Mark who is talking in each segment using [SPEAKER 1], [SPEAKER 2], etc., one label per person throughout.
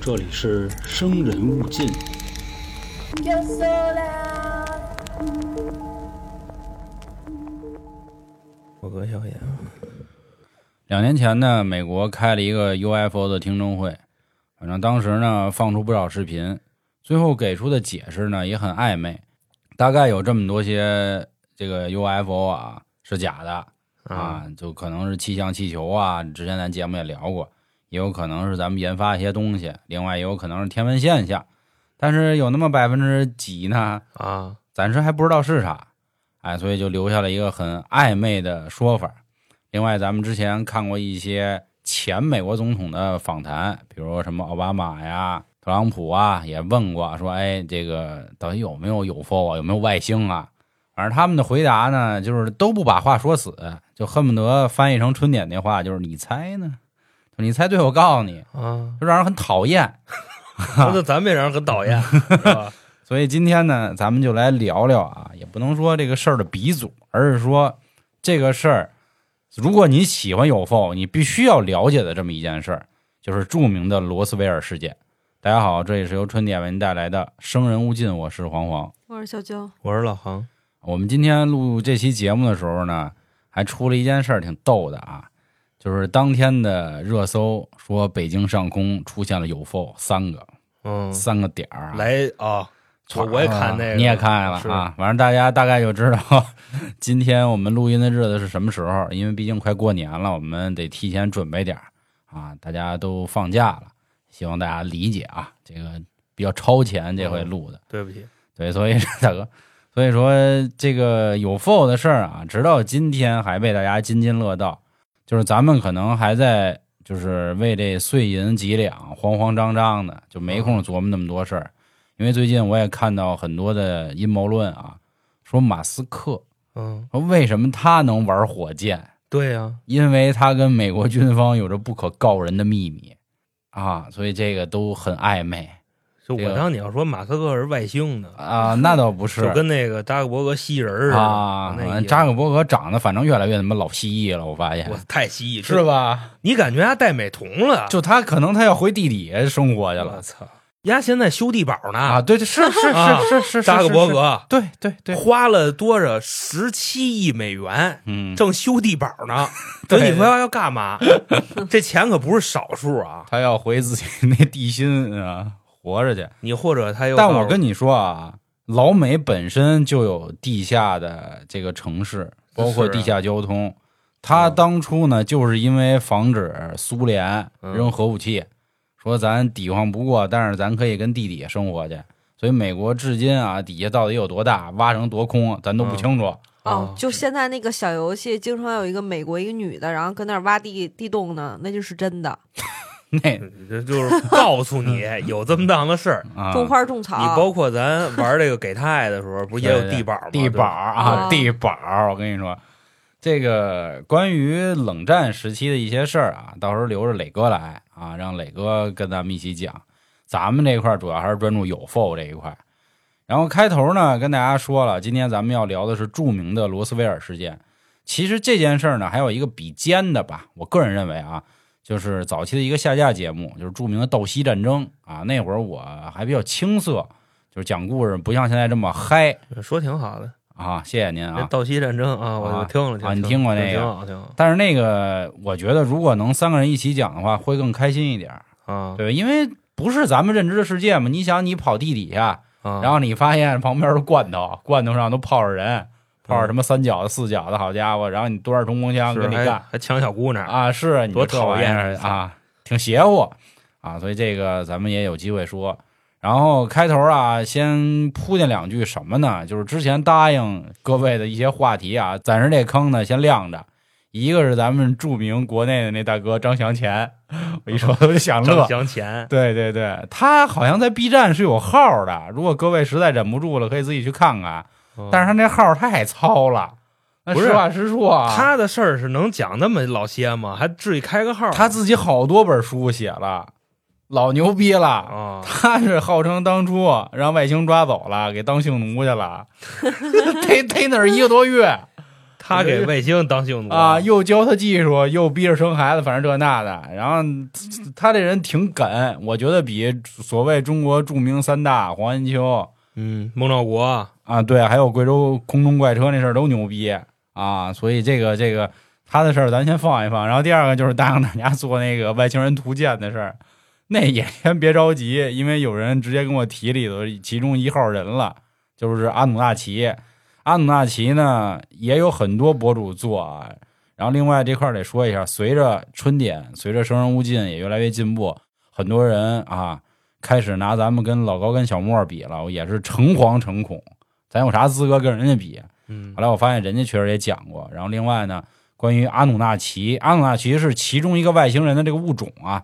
[SPEAKER 1] 这里是生人勿近。
[SPEAKER 2] Yo sola,
[SPEAKER 3] 我哥谣言，
[SPEAKER 4] 两年前呢，美国开了一个 UFO 的听证会，反正当时呢放出不少视频，最后给出的解释呢也很暧昧，大概有这么多些这个 UFO 啊是假的啊，就可能是气象气球啊，之前咱节目也聊过，也有可能是咱们研发一些东西，另外也有可能是天文现象，但是有那么百分之几呢，
[SPEAKER 3] 啊，
[SPEAKER 4] 暂时还不知道是啥，哎，所以就留下了一个很暧昧的说法。另外，咱们之前看过一些前美国总统的访谈，比如说什么奥巴马呀、特朗普啊，也问过说，哎，这个到底有没有 UFO 啊，有没有外星啊？反正他们的回答呢，就是都不把话说死，就恨不得翻译成春点那话，就是你猜呢，你猜对，我告诉你，
[SPEAKER 3] 啊，
[SPEAKER 4] 就让人很讨厌。
[SPEAKER 3] 那咱们也让人很讨厌，是吧？
[SPEAKER 4] 所以今天呢，咱们就来聊聊啊，也不能说这个事儿的鼻祖，而是说这个事儿，如果你喜欢 UFO，你必须要了解的这么一件事儿，就是著名的罗斯威尔事件。大家好，这里是由春点为您带来的《生人勿近》，我是黄黄。
[SPEAKER 5] 我是小娇，
[SPEAKER 3] 我是老航，
[SPEAKER 4] 我们今天录这期节目的时候呢，还出了一件事儿，挺逗的啊，就是当天的热搜说北京上空出现了 UFO 三个，
[SPEAKER 3] 嗯，
[SPEAKER 4] 三个点儿啊、
[SPEAKER 3] 来啊，我我也看那个，
[SPEAKER 4] 你也看了
[SPEAKER 3] 是
[SPEAKER 4] 啊？反正大家大概就知道 今天我们录音的日子是什么时候，因为毕竟快过年了，我们得提前准备点儿啊。大家都放假了，希望大家理解啊。这个比较超前，这回录的，
[SPEAKER 3] 对不起，
[SPEAKER 4] 对，所以大哥，所以说这个有 f 的事儿啊，直到今天还被大家津津乐道，就是咱们可能还在就是为这碎银几两慌慌张张的，就没空琢磨那么多事儿。因为最近我也看到很多的阴谋论啊，说马斯克
[SPEAKER 3] 嗯，
[SPEAKER 4] 说为什么他能玩火箭，
[SPEAKER 3] 对啊呀，
[SPEAKER 4] 因为他跟美国军方有着不可告人的秘密啊，所以这个都很暧昧
[SPEAKER 3] 就
[SPEAKER 4] 这
[SPEAKER 3] 我
[SPEAKER 4] 个
[SPEAKER 3] 当你要说马斯克是外星的，
[SPEAKER 4] 啊。那倒不啊是，
[SPEAKER 3] 就跟那个扎克伯格蜥人似的
[SPEAKER 4] 啊，
[SPEAKER 3] 那意思
[SPEAKER 4] 扎克伯格长得反正越来越他妈老蜥蜴了，我发现
[SPEAKER 3] 我太蜥蜴，
[SPEAKER 4] 是？吧？
[SPEAKER 3] 你啊感觉他戴美瞳了？
[SPEAKER 4] 就他可能他要回地底下生活去
[SPEAKER 3] 我
[SPEAKER 4] 了
[SPEAKER 3] 操，丫现在修地堡
[SPEAKER 4] 啊！
[SPEAKER 3] 呢，
[SPEAKER 4] 对，对是是
[SPEAKER 3] 啊
[SPEAKER 4] 是是是是
[SPEAKER 3] 扎克伯，
[SPEAKER 4] 是
[SPEAKER 3] 格
[SPEAKER 4] 对对对，
[SPEAKER 3] 花了多少十七亿美元
[SPEAKER 4] 嗯，
[SPEAKER 3] 正修地堡 呢。所
[SPEAKER 4] 对
[SPEAKER 3] 以你说要干嘛？这钱可不是少数啊！
[SPEAKER 4] 他要回自己那地心啊，活着去。
[SPEAKER 3] 你或者他又
[SPEAKER 4] 但
[SPEAKER 3] 告
[SPEAKER 4] 我
[SPEAKER 3] 诉
[SPEAKER 4] 跟你说啊，老美本身就有地下的这个城市，包括
[SPEAKER 3] 是啊
[SPEAKER 4] 地下交通。他当初呢，就是因为防止苏联
[SPEAKER 3] 嗯
[SPEAKER 4] 扔核武器，说咱抵抗不过，但是咱可以跟地底下生活去。所以美国至今啊，底下到底有多大，挖成多空，咱都不清楚。
[SPEAKER 3] 啊
[SPEAKER 5] 哦，就现在那个小游戏，经常有一个美国一个女的，然后跟那儿挖地地洞呢，那就是真的，
[SPEAKER 4] 那
[SPEAKER 3] 嗯这就是告诉 你
[SPEAKER 4] 嗯
[SPEAKER 3] 有这么档子事儿。
[SPEAKER 4] 啊，
[SPEAKER 5] 种花种
[SPEAKER 3] 你
[SPEAKER 5] 草，
[SPEAKER 3] 包括咱玩这个给他爱的时候，不是也有地堡吗？
[SPEAKER 4] 地堡啊，
[SPEAKER 5] 啊
[SPEAKER 4] 地堡！我跟你说，这个关于冷战时期的一些事儿啊，到时候留着磊哥来啊，让磊哥跟咱们一起讲。咱们这块儿主要还是专注有 f 这一块儿。然后开头呢，跟大家说了，今天咱们要聊的是著名的罗斯威尔事件。其实这件事儿呢，还有一个比肩的吧，我个人认为啊，就是早期的一个下架节目，就是著名的斗西战争啊。那会儿我还比较青涩，就是讲故事不像现在这么嗨。
[SPEAKER 3] 对说挺好的。
[SPEAKER 4] 啊，谢谢您
[SPEAKER 3] 这
[SPEAKER 4] 啊。
[SPEAKER 3] 道西战争啊，我
[SPEAKER 4] 啊
[SPEAKER 3] 我听了
[SPEAKER 4] 啊你
[SPEAKER 3] 听
[SPEAKER 4] 听过
[SPEAKER 3] 了
[SPEAKER 4] 那个
[SPEAKER 3] 挺好，挺好
[SPEAKER 4] 但是那个，我觉得如果能三个人一起讲的话，会更开心一点儿，
[SPEAKER 3] 啊
[SPEAKER 4] 对，因为不是咱们认知的世界嘛。你想，你跑地底下，
[SPEAKER 3] 啊！
[SPEAKER 4] 然后你发现旁边是罐头，罐头上都泡着
[SPEAKER 3] 嗯
[SPEAKER 4] 人，泡着什么三角的、四角的，好家伙，然后你端着冲锋枪
[SPEAKER 3] 是
[SPEAKER 4] 跟你
[SPEAKER 3] 还
[SPEAKER 4] 干
[SPEAKER 3] 还抢小姑娘，
[SPEAKER 4] 啊，是你
[SPEAKER 3] 多
[SPEAKER 4] 说这玩意
[SPEAKER 3] 讨
[SPEAKER 4] 儿
[SPEAKER 3] 厌
[SPEAKER 4] 啊，挺邪乎啊，所以这个咱们也有机会说。然后开头啊，先铺垫两句什么呢？就是之前答应各位的一些话题啊，暂时这坑呢先晾着。一个是咱们著名国内的那大哥张祥前， 我一说我就想乐
[SPEAKER 3] 张。翔前
[SPEAKER 4] 对对对，他好像在 B 站是有号的，如果各位实在忍不住了，可以自己去看看。
[SPEAKER 3] 啊
[SPEAKER 4] 但是他那号太糙了，那
[SPEAKER 3] 不是
[SPEAKER 4] 实话实说啊，
[SPEAKER 3] 他的事儿是能讲那么老些吗？还至于开个号？
[SPEAKER 4] 他自己好多本书写了，老牛逼了。
[SPEAKER 3] 啊，
[SPEAKER 4] 他是号称当初啊让外星抓走了，给当性奴去了，逮逮哪儿一个多月，
[SPEAKER 3] 他给卫星当性奴
[SPEAKER 4] 啊，又教他技术，又逼着生孩子，反正这那的。然后他这人挺梗，我觉得比所谓中国著名三大黄延秋
[SPEAKER 3] 嗯，孟兆国
[SPEAKER 4] 啊，对，还有贵州空中怪车那事儿都牛逼啊。所以这个这个他的事儿咱先放一放。然后第二个就是答应大家做那个外星人图鉴的事儿，那也先别着急，因为有人直接跟我提里头其中一号人了，就是阿努纳奇。阿努纳奇呢也有很多博主做啊。然后另外这块儿得说一下，随着春点，随着生人勿近也越来越进步，很多人啊开始拿咱们跟老高跟小莫比了，我也是诚惶诚恐，咱有啥资格跟人家比？
[SPEAKER 3] 嗯
[SPEAKER 4] 后来我发现人家确实也讲过。然后另外呢，关于阿努纳奇，阿努纳奇是其中一个外星人的这个物种啊，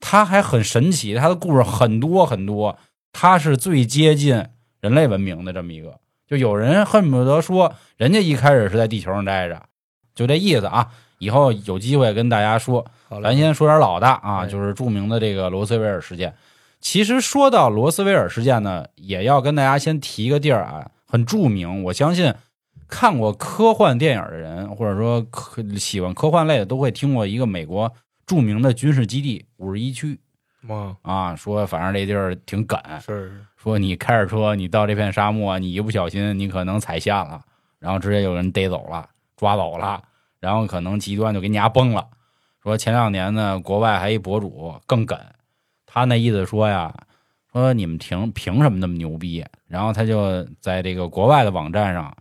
[SPEAKER 4] 他还很神奇，他的故事很多很多，他是最接近人类文明的这么一个。就有人恨不得说，人家一开始是在地球上待着，就这意思啊。以后有机会跟大家说，
[SPEAKER 3] 好
[SPEAKER 4] 咱先说点老的啊，
[SPEAKER 3] 哎
[SPEAKER 4] 就是著名的这个罗斯威尔事件。其实说到罗斯威尔事件呢，也要跟大家先提一个地儿啊，很著名。我相信看过科幻电影的人，或者说科喜欢科幻类的，都会听过一个美国著名的军事基地五十一区
[SPEAKER 3] 嘛，
[SPEAKER 4] 啊，说反正这地儿挺梗，
[SPEAKER 3] 是
[SPEAKER 4] 说你开着车，你到这片沙漠，你一不小心，你可能踩线了，然后直接有人逮走了，抓走了，然后可能极端就给你家崩了。说前两年呢，国外还一博主更梗，他那意思说呀，说你们凭凭什么那么牛逼？然后他就在这个国外的网站上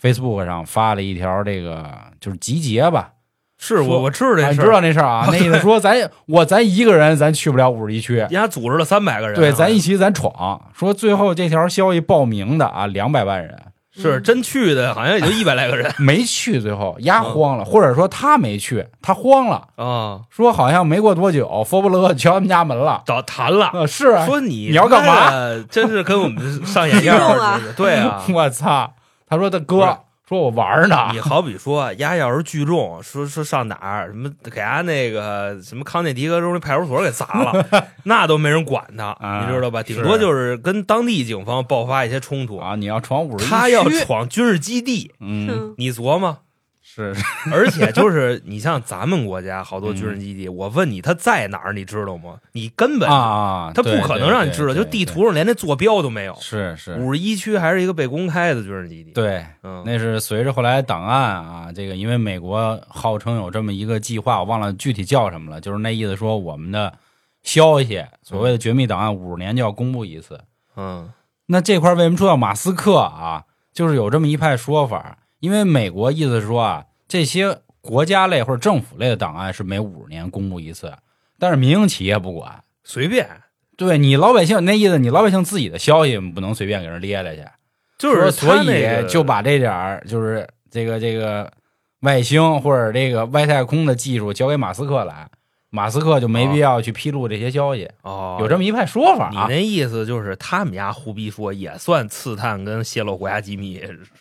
[SPEAKER 4] ，Facebook 上发了一条这个就是集结吧，
[SPEAKER 3] 是我
[SPEAKER 4] 说
[SPEAKER 3] 我知道
[SPEAKER 4] 啊
[SPEAKER 3] 这
[SPEAKER 4] 你
[SPEAKER 3] 事
[SPEAKER 4] 知
[SPEAKER 3] 儿，
[SPEAKER 4] 道那事儿啊？那意思说咱我咱一个人咱去不了五十一区，
[SPEAKER 3] 人家组织了三百个人啊，
[SPEAKER 4] 对，咱一起咱闯。说最后这条消息报名的啊，两百万人
[SPEAKER 3] 是真去的，好像也就一百来个人
[SPEAKER 4] 没去，最后压
[SPEAKER 3] 嗯
[SPEAKER 4] 慌了，或者说他没去，他慌了，
[SPEAKER 3] 啊，
[SPEAKER 4] 说好像没过多久，佛伯勒敲他们家门了。
[SPEAKER 3] 找谈了，
[SPEAKER 4] 呃，是啊，
[SPEAKER 3] 说你
[SPEAKER 4] 你要干嘛，
[SPEAKER 3] 嘛？真是跟我们上眼药
[SPEAKER 5] 激动啊
[SPEAKER 3] 似的，对啊
[SPEAKER 4] 我操！他说他
[SPEAKER 3] 不是
[SPEAKER 4] 哥，说我玩儿呢
[SPEAKER 3] 你，好比说，丫要是聚众，说说上哪儿，什么给丫那个什么康涅狄格州那派出所给砸了， 那都没人管他，
[SPEAKER 4] 啊
[SPEAKER 3] 你知道吧？
[SPEAKER 4] 是
[SPEAKER 3] 顶多就是跟当地警方爆发一些冲突。
[SPEAKER 4] 啊，你要闯五十一区，
[SPEAKER 3] 他要闯军事基地，
[SPEAKER 4] 嗯，
[SPEAKER 5] 嗯
[SPEAKER 3] 你琢磨。
[SPEAKER 4] 是
[SPEAKER 3] 而且就是你像咱们国家好多军
[SPEAKER 4] 嗯
[SPEAKER 3] 事基地，我问你他在哪儿，你知道吗？你根本
[SPEAKER 4] 啊，
[SPEAKER 3] 他不可能让你知道，就地图上连那坐标都没有。
[SPEAKER 4] 是是，
[SPEAKER 3] 五十一区还是一个被公开的军事基地，
[SPEAKER 4] 对，
[SPEAKER 3] 嗯，
[SPEAKER 4] 那是随着后来档案啊，这个因为美国号称有这么一个计划，我忘了具体叫什么了，就是那意思说我们的消息，所谓的绝密档案，五十年就要公布一次。
[SPEAKER 3] 嗯
[SPEAKER 4] 那这块儿为什么说叫马斯克啊？就是有这么一派说法，因为美国意思是说啊，这些国家类或者政府类的档案是每五十年公布一次，但是民营企业不管。
[SPEAKER 3] 随便，
[SPEAKER 4] 对你老百姓那意思，你老百姓自己的消息不能随便给人咧了去。
[SPEAKER 3] 就
[SPEAKER 4] 说
[SPEAKER 3] 是
[SPEAKER 4] 所
[SPEAKER 3] 他那
[SPEAKER 4] 以
[SPEAKER 3] 个
[SPEAKER 4] 就把这点儿就是这个这个外星或者这个外太空的技术交给马斯克来，马斯克就没必要去披露这些消息，
[SPEAKER 3] 哦，
[SPEAKER 4] 有这么一派说法
[SPEAKER 3] 你
[SPEAKER 4] 啊。
[SPEAKER 3] 那意思就是他们家胡逼说也算刺探跟泄露国家机密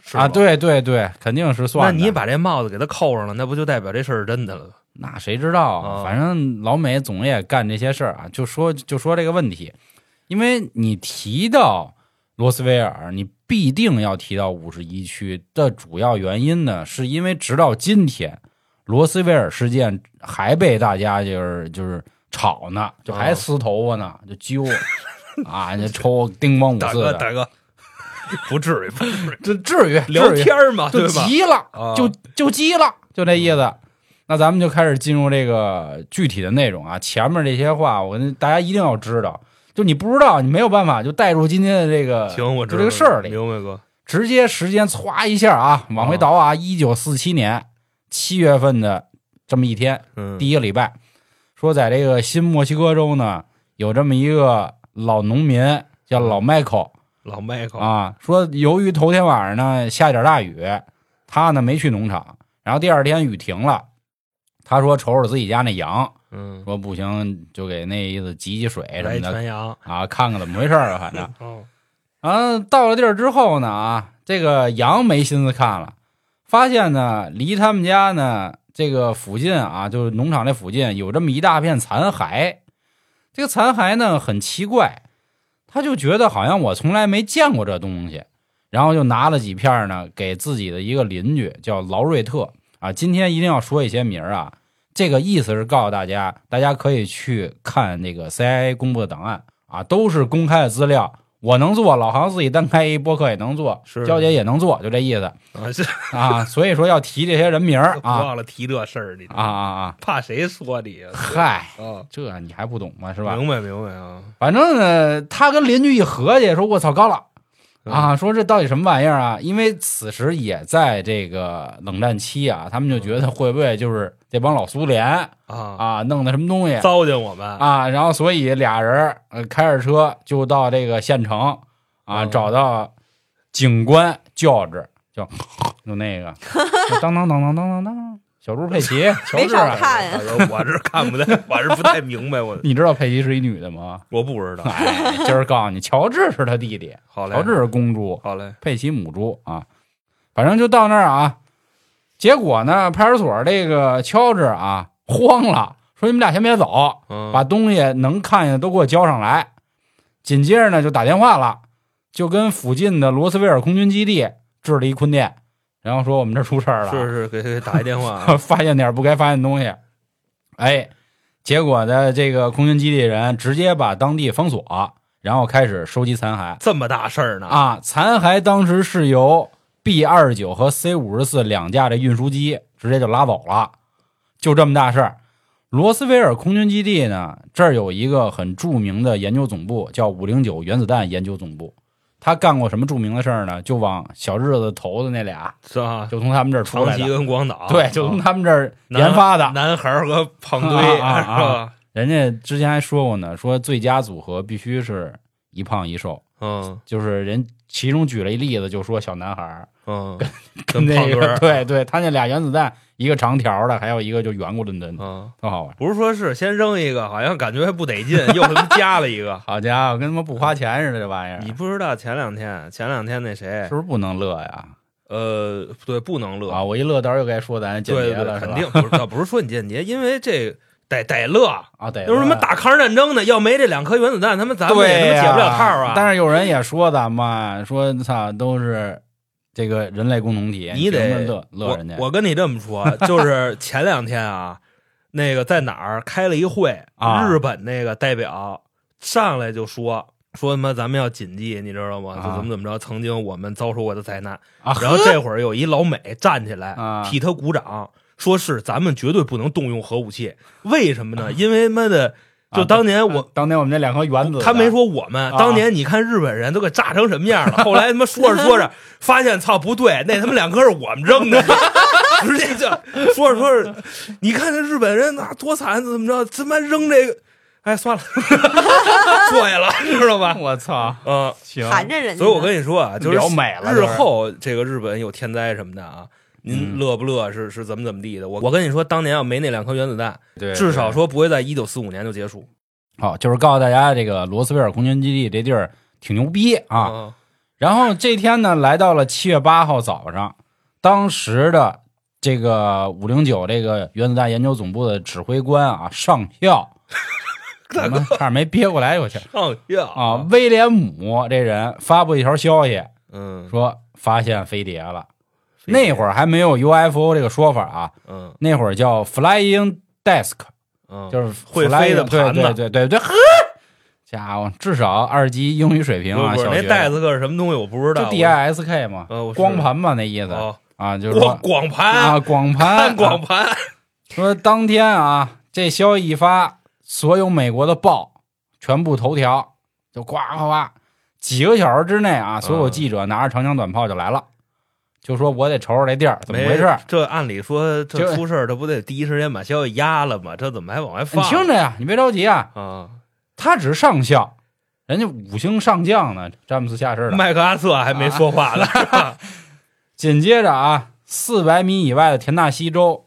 [SPEAKER 3] 是吧
[SPEAKER 4] 啊，。对对对，肯定是
[SPEAKER 3] 那
[SPEAKER 4] 算的。
[SPEAKER 3] 你把这帽子给他扣上了，那不就代表这事儿是真的了吗？
[SPEAKER 4] 那谁知道
[SPEAKER 3] 啊
[SPEAKER 4] 啊？反正老美总也干这些事儿啊。就说就说这个问题，因为你提到罗斯威尔，你必定要提到五十一区的主要原因呢，是因为直到今天，罗斯威尔事件还被大家就是就是吵呢，就
[SPEAKER 3] 啊
[SPEAKER 4] 还撕头发呢，就揪 啊，就抽叮咣五
[SPEAKER 3] 大
[SPEAKER 4] 四
[SPEAKER 3] 哥，
[SPEAKER 4] 的，
[SPEAKER 3] 大哥， 不至于，不至于，
[SPEAKER 4] 这至于
[SPEAKER 3] 聊
[SPEAKER 4] 至于
[SPEAKER 3] 天儿嘛，对
[SPEAKER 4] 就
[SPEAKER 3] 吧？
[SPEAKER 4] 急了，
[SPEAKER 3] 啊
[SPEAKER 4] 就就急了，就这意思。那咱们就开始进入这个具体的内容啊。前面这些话，我跟大家一定要知道，就你不知道，你没有办法就带入今天的这个
[SPEAKER 3] 行，我知道
[SPEAKER 4] 就这个事儿里，
[SPEAKER 3] 明白哥，
[SPEAKER 4] 直接时间歘一下啊，往回倒啊，一九四七年七月份的这么一天，
[SPEAKER 3] 嗯，
[SPEAKER 4] 第一个礼拜，说在这个新墨西哥州呢，有这么一个老农民叫老迈克。
[SPEAKER 3] 老麦克，
[SPEAKER 4] 啊，说由于头天晚上呢下一点大雨，他呢没去农场，然后第二天雨停了，他说瞅瞅自己家那羊，
[SPEAKER 3] 嗯，
[SPEAKER 4] 说不行就给那意思挤挤水什
[SPEAKER 3] 来
[SPEAKER 4] 么的
[SPEAKER 3] 全羊，
[SPEAKER 4] 啊，看看怎么回事儿啊，反正。
[SPEAKER 3] 哦，
[SPEAKER 4] 然后到了地儿之后呢，啊，这个羊没心思看了，发现呢离他们家呢这个附近啊，就是农场这附近有这么一大片残骸。这个残骸呢很奇怪，他就觉得好像我从来没见过这东西。然后就拿了几片呢给自己的一个邻居叫劳瑞特啊。今天一定要说一些名儿啊，这个意思是告诉大家，大家可以去看那个 CIA 公布的档案啊，都是公开的资料。我能做，老航自己单开一播客也能做，
[SPEAKER 3] 是
[SPEAKER 4] 娇姐也能做，就这意思
[SPEAKER 3] 啊，这
[SPEAKER 4] 啊。所以说要提这些人名儿啊
[SPEAKER 3] 忘了提这事儿，你
[SPEAKER 4] 啊啊啊！
[SPEAKER 3] 怕谁说你啊？
[SPEAKER 4] 嗨，
[SPEAKER 3] 啊，
[SPEAKER 4] 这你还不懂 吗？是
[SPEAKER 3] 是
[SPEAKER 4] 吧？
[SPEAKER 3] 明白明白啊
[SPEAKER 4] 反正呢，他跟邻居一合计，说我操高了。
[SPEAKER 3] 嗯
[SPEAKER 4] 啊，说这到底什么玩意儿啊？因为此时也在这个冷战期啊，他们就觉
[SPEAKER 3] 嗯
[SPEAKER 4] 得会不会就是这帮老苏联
[SPEAKER 3] 啊，
[SPEAKER 4] 啊弄的什么东西
[SPEAKER 3] 糟践我们！
[SPEAKER 4] 啊？然后所以俩人儿呃开着车就到这个县城啊，
[SPEAKER 3] 嗯
[SPEAKER 4] 找到警官教治，就 就 那个就当当当当当当当，小猪佩奇，乔
[SPEAKER 5] 没
[SPEAKER 4] 治
[SPEAKER 5] 少
[SPEAKER 4] 啊，
[SPEAKER 5] 看呀
[SPEAKER 3] 哎呦我这看不 太，我是不太明白，我
[SPEAKER 4] 你知道佩奇是一女的 吗？
[SPEAKER 3] 我不知道。
[SPEAKER 4] 哎，今儿告诉你，乔治是他弟弟，
[SPEAKER 3] 好嘞，
[SPEAKER 4] 乔治是公猪，
[SPEAKER 3] 好嘞，
[SPEAKER 4] 佩奇母猪啊，反正就到那儿啊。结果呢，派出所这个乔治啊慌了，说你们俩先别走，
[SPEAKER 3] 嗯，
[SPEAKER 4] 把东西能看见的都给我交上来。紧接着呢，就打电话了，就跟附近的罗斯威尔空军基地置了一坤殿，然后说我们这儿出事儿了，
[SPEAKER 3] 是是，给给打一电话啊。
[SPEAKER 4] 发现点不该发现的东西。哎，结果呢，这个空军基地人直接把当地封锁，然后开始收集残骸。
[SPEAKER 3] 这么大事儿呢？
[SPEAKER 4] 啊，残骸当时是由 B 二十九和 C 五十四两架的运输机直接就拉走了，就这么大事儿。罗斯威尔空军基地呢，这儿有一个很著名的研究总部，叫五零九原子弹研究总部。他干过什么著名的事儿呢？就往小日子头的那俩，
[SPEAKER 3] 是吧？
[SPEAKER 4] 就从他们这儿出
[SPEAKER 3] 长
[SPEAKER 4] 来
[SPEAKER 3] 崎
[SPEAKER 4] 的，
[SPEAKER 3] 跟广岛，啊
[SPEAKER 4] 对，就从 他们这儿
[SPEAKER 3] 南
[SPEAKER 4] 研发的。
[SPEAKER 3] 男孩儿和胖墩
[SPEAKER 4] 啊啊啊
[SPEAKER 3] 是吧？
[SPEAKER 4] 人家之前还说过呢，说最佳组合必须是一胖一瘦，
[SPEAKER 3] 嗯
[SPEAKER 4] 就是人其中举了一例子，就说小男孩 儿
[SPEAKER 3] 嗯，
[SPEAKER 4] 跟
[SPEAKER 3] 跟
[SPEAKER 4] 那
[SPEAKER 3] 胖墩
[SPEAKER 4] 个
[SPEAKER 3] 儿，
[SPEAKER 4] 对对，他那俩原子弹，一个长条的，还有一个就圆咕墩墩的，
[SPEAKER 3] 嗯，
[SPEAKER 4] 特好玩。啊
[SPEAKER 3] 不是说是先扔一个，好像感觉还不得 劲，又他妈加了一个。
[SPEAKER 4] 好家伙，跟他妈不花钱似的，这玩意儿，
[SPEAKER 3] 你不知道前两天前两天那谁
[SPEAKER 4] 是，不是不能乐呀？
[SPEAKER 3] 呃，对，不能乐，
[SPEAKER 4] 啊，我一乐，到时候又该说咱间
[SPEAKER 3] 对
[SPEAKER 4] 谍
[SPEAKER 3] 对对，
[SPEAKER 4] 了，是
[SPEAKER 3] 肯
[SPEAKER 4] 吧
[SPEAKER 3] 定不是，倒不是说你间谍，因为这得得乐，
[SPEAKER 4] 啊，对，
[SPEAKER 3] 有什么打抗日战争的，要没这两颗原子弹，他们咱们
[SPEAKER 4] 对
[SPEAKER 3] 也
[SPEAKER 4] 呀
[SPEAKER 3] 他妈解不了套啊。
[SPEAKER 4] 但是有人也说咱们说操，都是这个人类共同体，
[SPEAKER 3] 你得
[SPEAKER 4] 凭什么乐乐人家
[SPEAKER 3] 我。我跟你这么说，就是前两天啊，那个在哪儿开了一会，
[SPEAKER 4] 啊
[SPEAKER 3] 日本那个代表上来就说。说他妈咱们要谨记，你知道吗？
[SPEAKER 4] 啊
[SPEAKER 3] 就怎么怎么着，曾经我们遭受过的灾难。
[SPEAKER 4] 啊
[SPEAKER 3] 然后这会儿有一老美站起来、
[SPEAKER 4] 啊
[SPEAKER 3] 替他鼓掌，说是咱们绝对不能动用核武器。为什么 呢？因为他妈的，就
[SPEAKER 4] 啊
[SPEAKER 3] 当年我、
[SPEAKER 4] 当年我们那两颗原子，
[SPEAKER 3] 他没，说我们
[SPEAKER 4] 啊
[SPEAKER 3] 当年，你看日本人都给炸成什么样了。后来他妈说着说着，发现操不对，那他妈两颗是我们扔的， 直接就说着说着，你看这日本人那多惨，怎么着，他妈扔这个，哎，算了， 坐下了，知道吧？
[SPEAKER 4] 我操，
[SPEAKER 3] 嗯，
[SPEAKER 4] 行，
[SPEAKER 5] 含着人家
[SPEAKER 3] 所以我跟你说啊，就是
[SPEAKER 4] 聊美了
[SPEAKER 3] 日
[SPEAKER 4] 就是
[SPEAKER 3] 后这个日本有天灾什么的啊。您
[SPEAKER 4] 嗯
[SPEAKER 3] 乐不乐是是怎么怎么地的？我我跟你说，当年要没那两颗原子弹，
[SPEAKER 4] 对
[SPEAKER 3] 至少
[SPEAKER 4] 对
[SPEAKER 3] 说不会在一九四五年就结束
[SPEAKER 4] 好，就是告诉大家这个罗斯威尔空军基地这地儿挺牛逼啊。
[SPEAKER 3] 嗯
[SPEAKER 4] 然后这天呢，来到了七月八号早上，当时的这个五零九这个原子弹研究总部的指挥官啊上校， 怎么差点没憋过来，我去
[SPEAKER 3] 上校
[SPEAKER 4] 啊！威廉姆这人发布一条消息
[SPEAKER 3] 嗯，
[SPEAKER 4] 说发现飞碟了，那会儿还没有 UFO 这个说法啊，
[SPEAKER 3] 嗯
[SPEAKER 4] 那会儿叫 Flying Desk，
[SPEAKER 3] 嗯，
[SPEAKER 4] 就是
[SPEAKER 3] 会飞的盘
[SPEAKER 4] flying-
[SPEAKER 3] 子
[SPEAKER 4] 对对对对对，呵，家伙，至少二级英语水平啊，
[SPEAKER 3] 不是
[SPEAKER 4] 小
[SPEAKER 3] 不是
[SPEAKER 4] 学
[SPEAKER 3] 那袋子个是什么东西，我不知
[SPEAKER 4] 就
[SPEAKER 3] 道。
[SPEAKER 4] D I S K 嘛，
[SPEAKER 3] 呃我是
[SPEAKER 4] 光盘嘛那意
[SPEAKER 3] 我
[SPEAKER 4] 思、
[SPEAKER 3] 哦，
[SPEAKER 4] 啊，就是
[SPEAKER 3] 广
[SPEAKER 4] 说
[SPEAKER 3] 广盘，
[SPEAKER 4] 啊光
[SPEAKER 3] 看
[SPEAKER 4] 盘
[SPEAKER 3] 广
[SPEAKER 4] 啊
[SPEAKER 3] 盘，
[SPEAKER 4] 说当天啊，这消息一发，所有美国的报全部头条就呱呱呱，几个小时之内啊，所
[SPEAKER 3] 嗯
[SPEAKER 4] 有记者拿着长枪短炮就来了，就说我得瞅瞅这地儿怎么
[SPEAKER 3] 没
[SPEAKER 4] 回事儿。
[SPEAKER 3] 这按理说
[SPEAKER 4] 就
[SPEAKER 3] 这出事儿，这不得第一时间把消息压了吗？这怎么还往外
[SPEAKER 4] 你
[SPEAKER 3] 放？
[SPEAKER 4] 听着呀，你别着急啊，
[SPEAKER 3] 啊，
[SPEAKER 4] 他只是上校，人家五星上将呢，詹姆斯下士的。
[SPEAKER 3] 麦克阿瑟还没说话呢，是
[SPEAKER 4] 啊
[SPEAKER 3] 吧
[SPEAKER 4] 紧接着啊，四百米以外的田纳西州，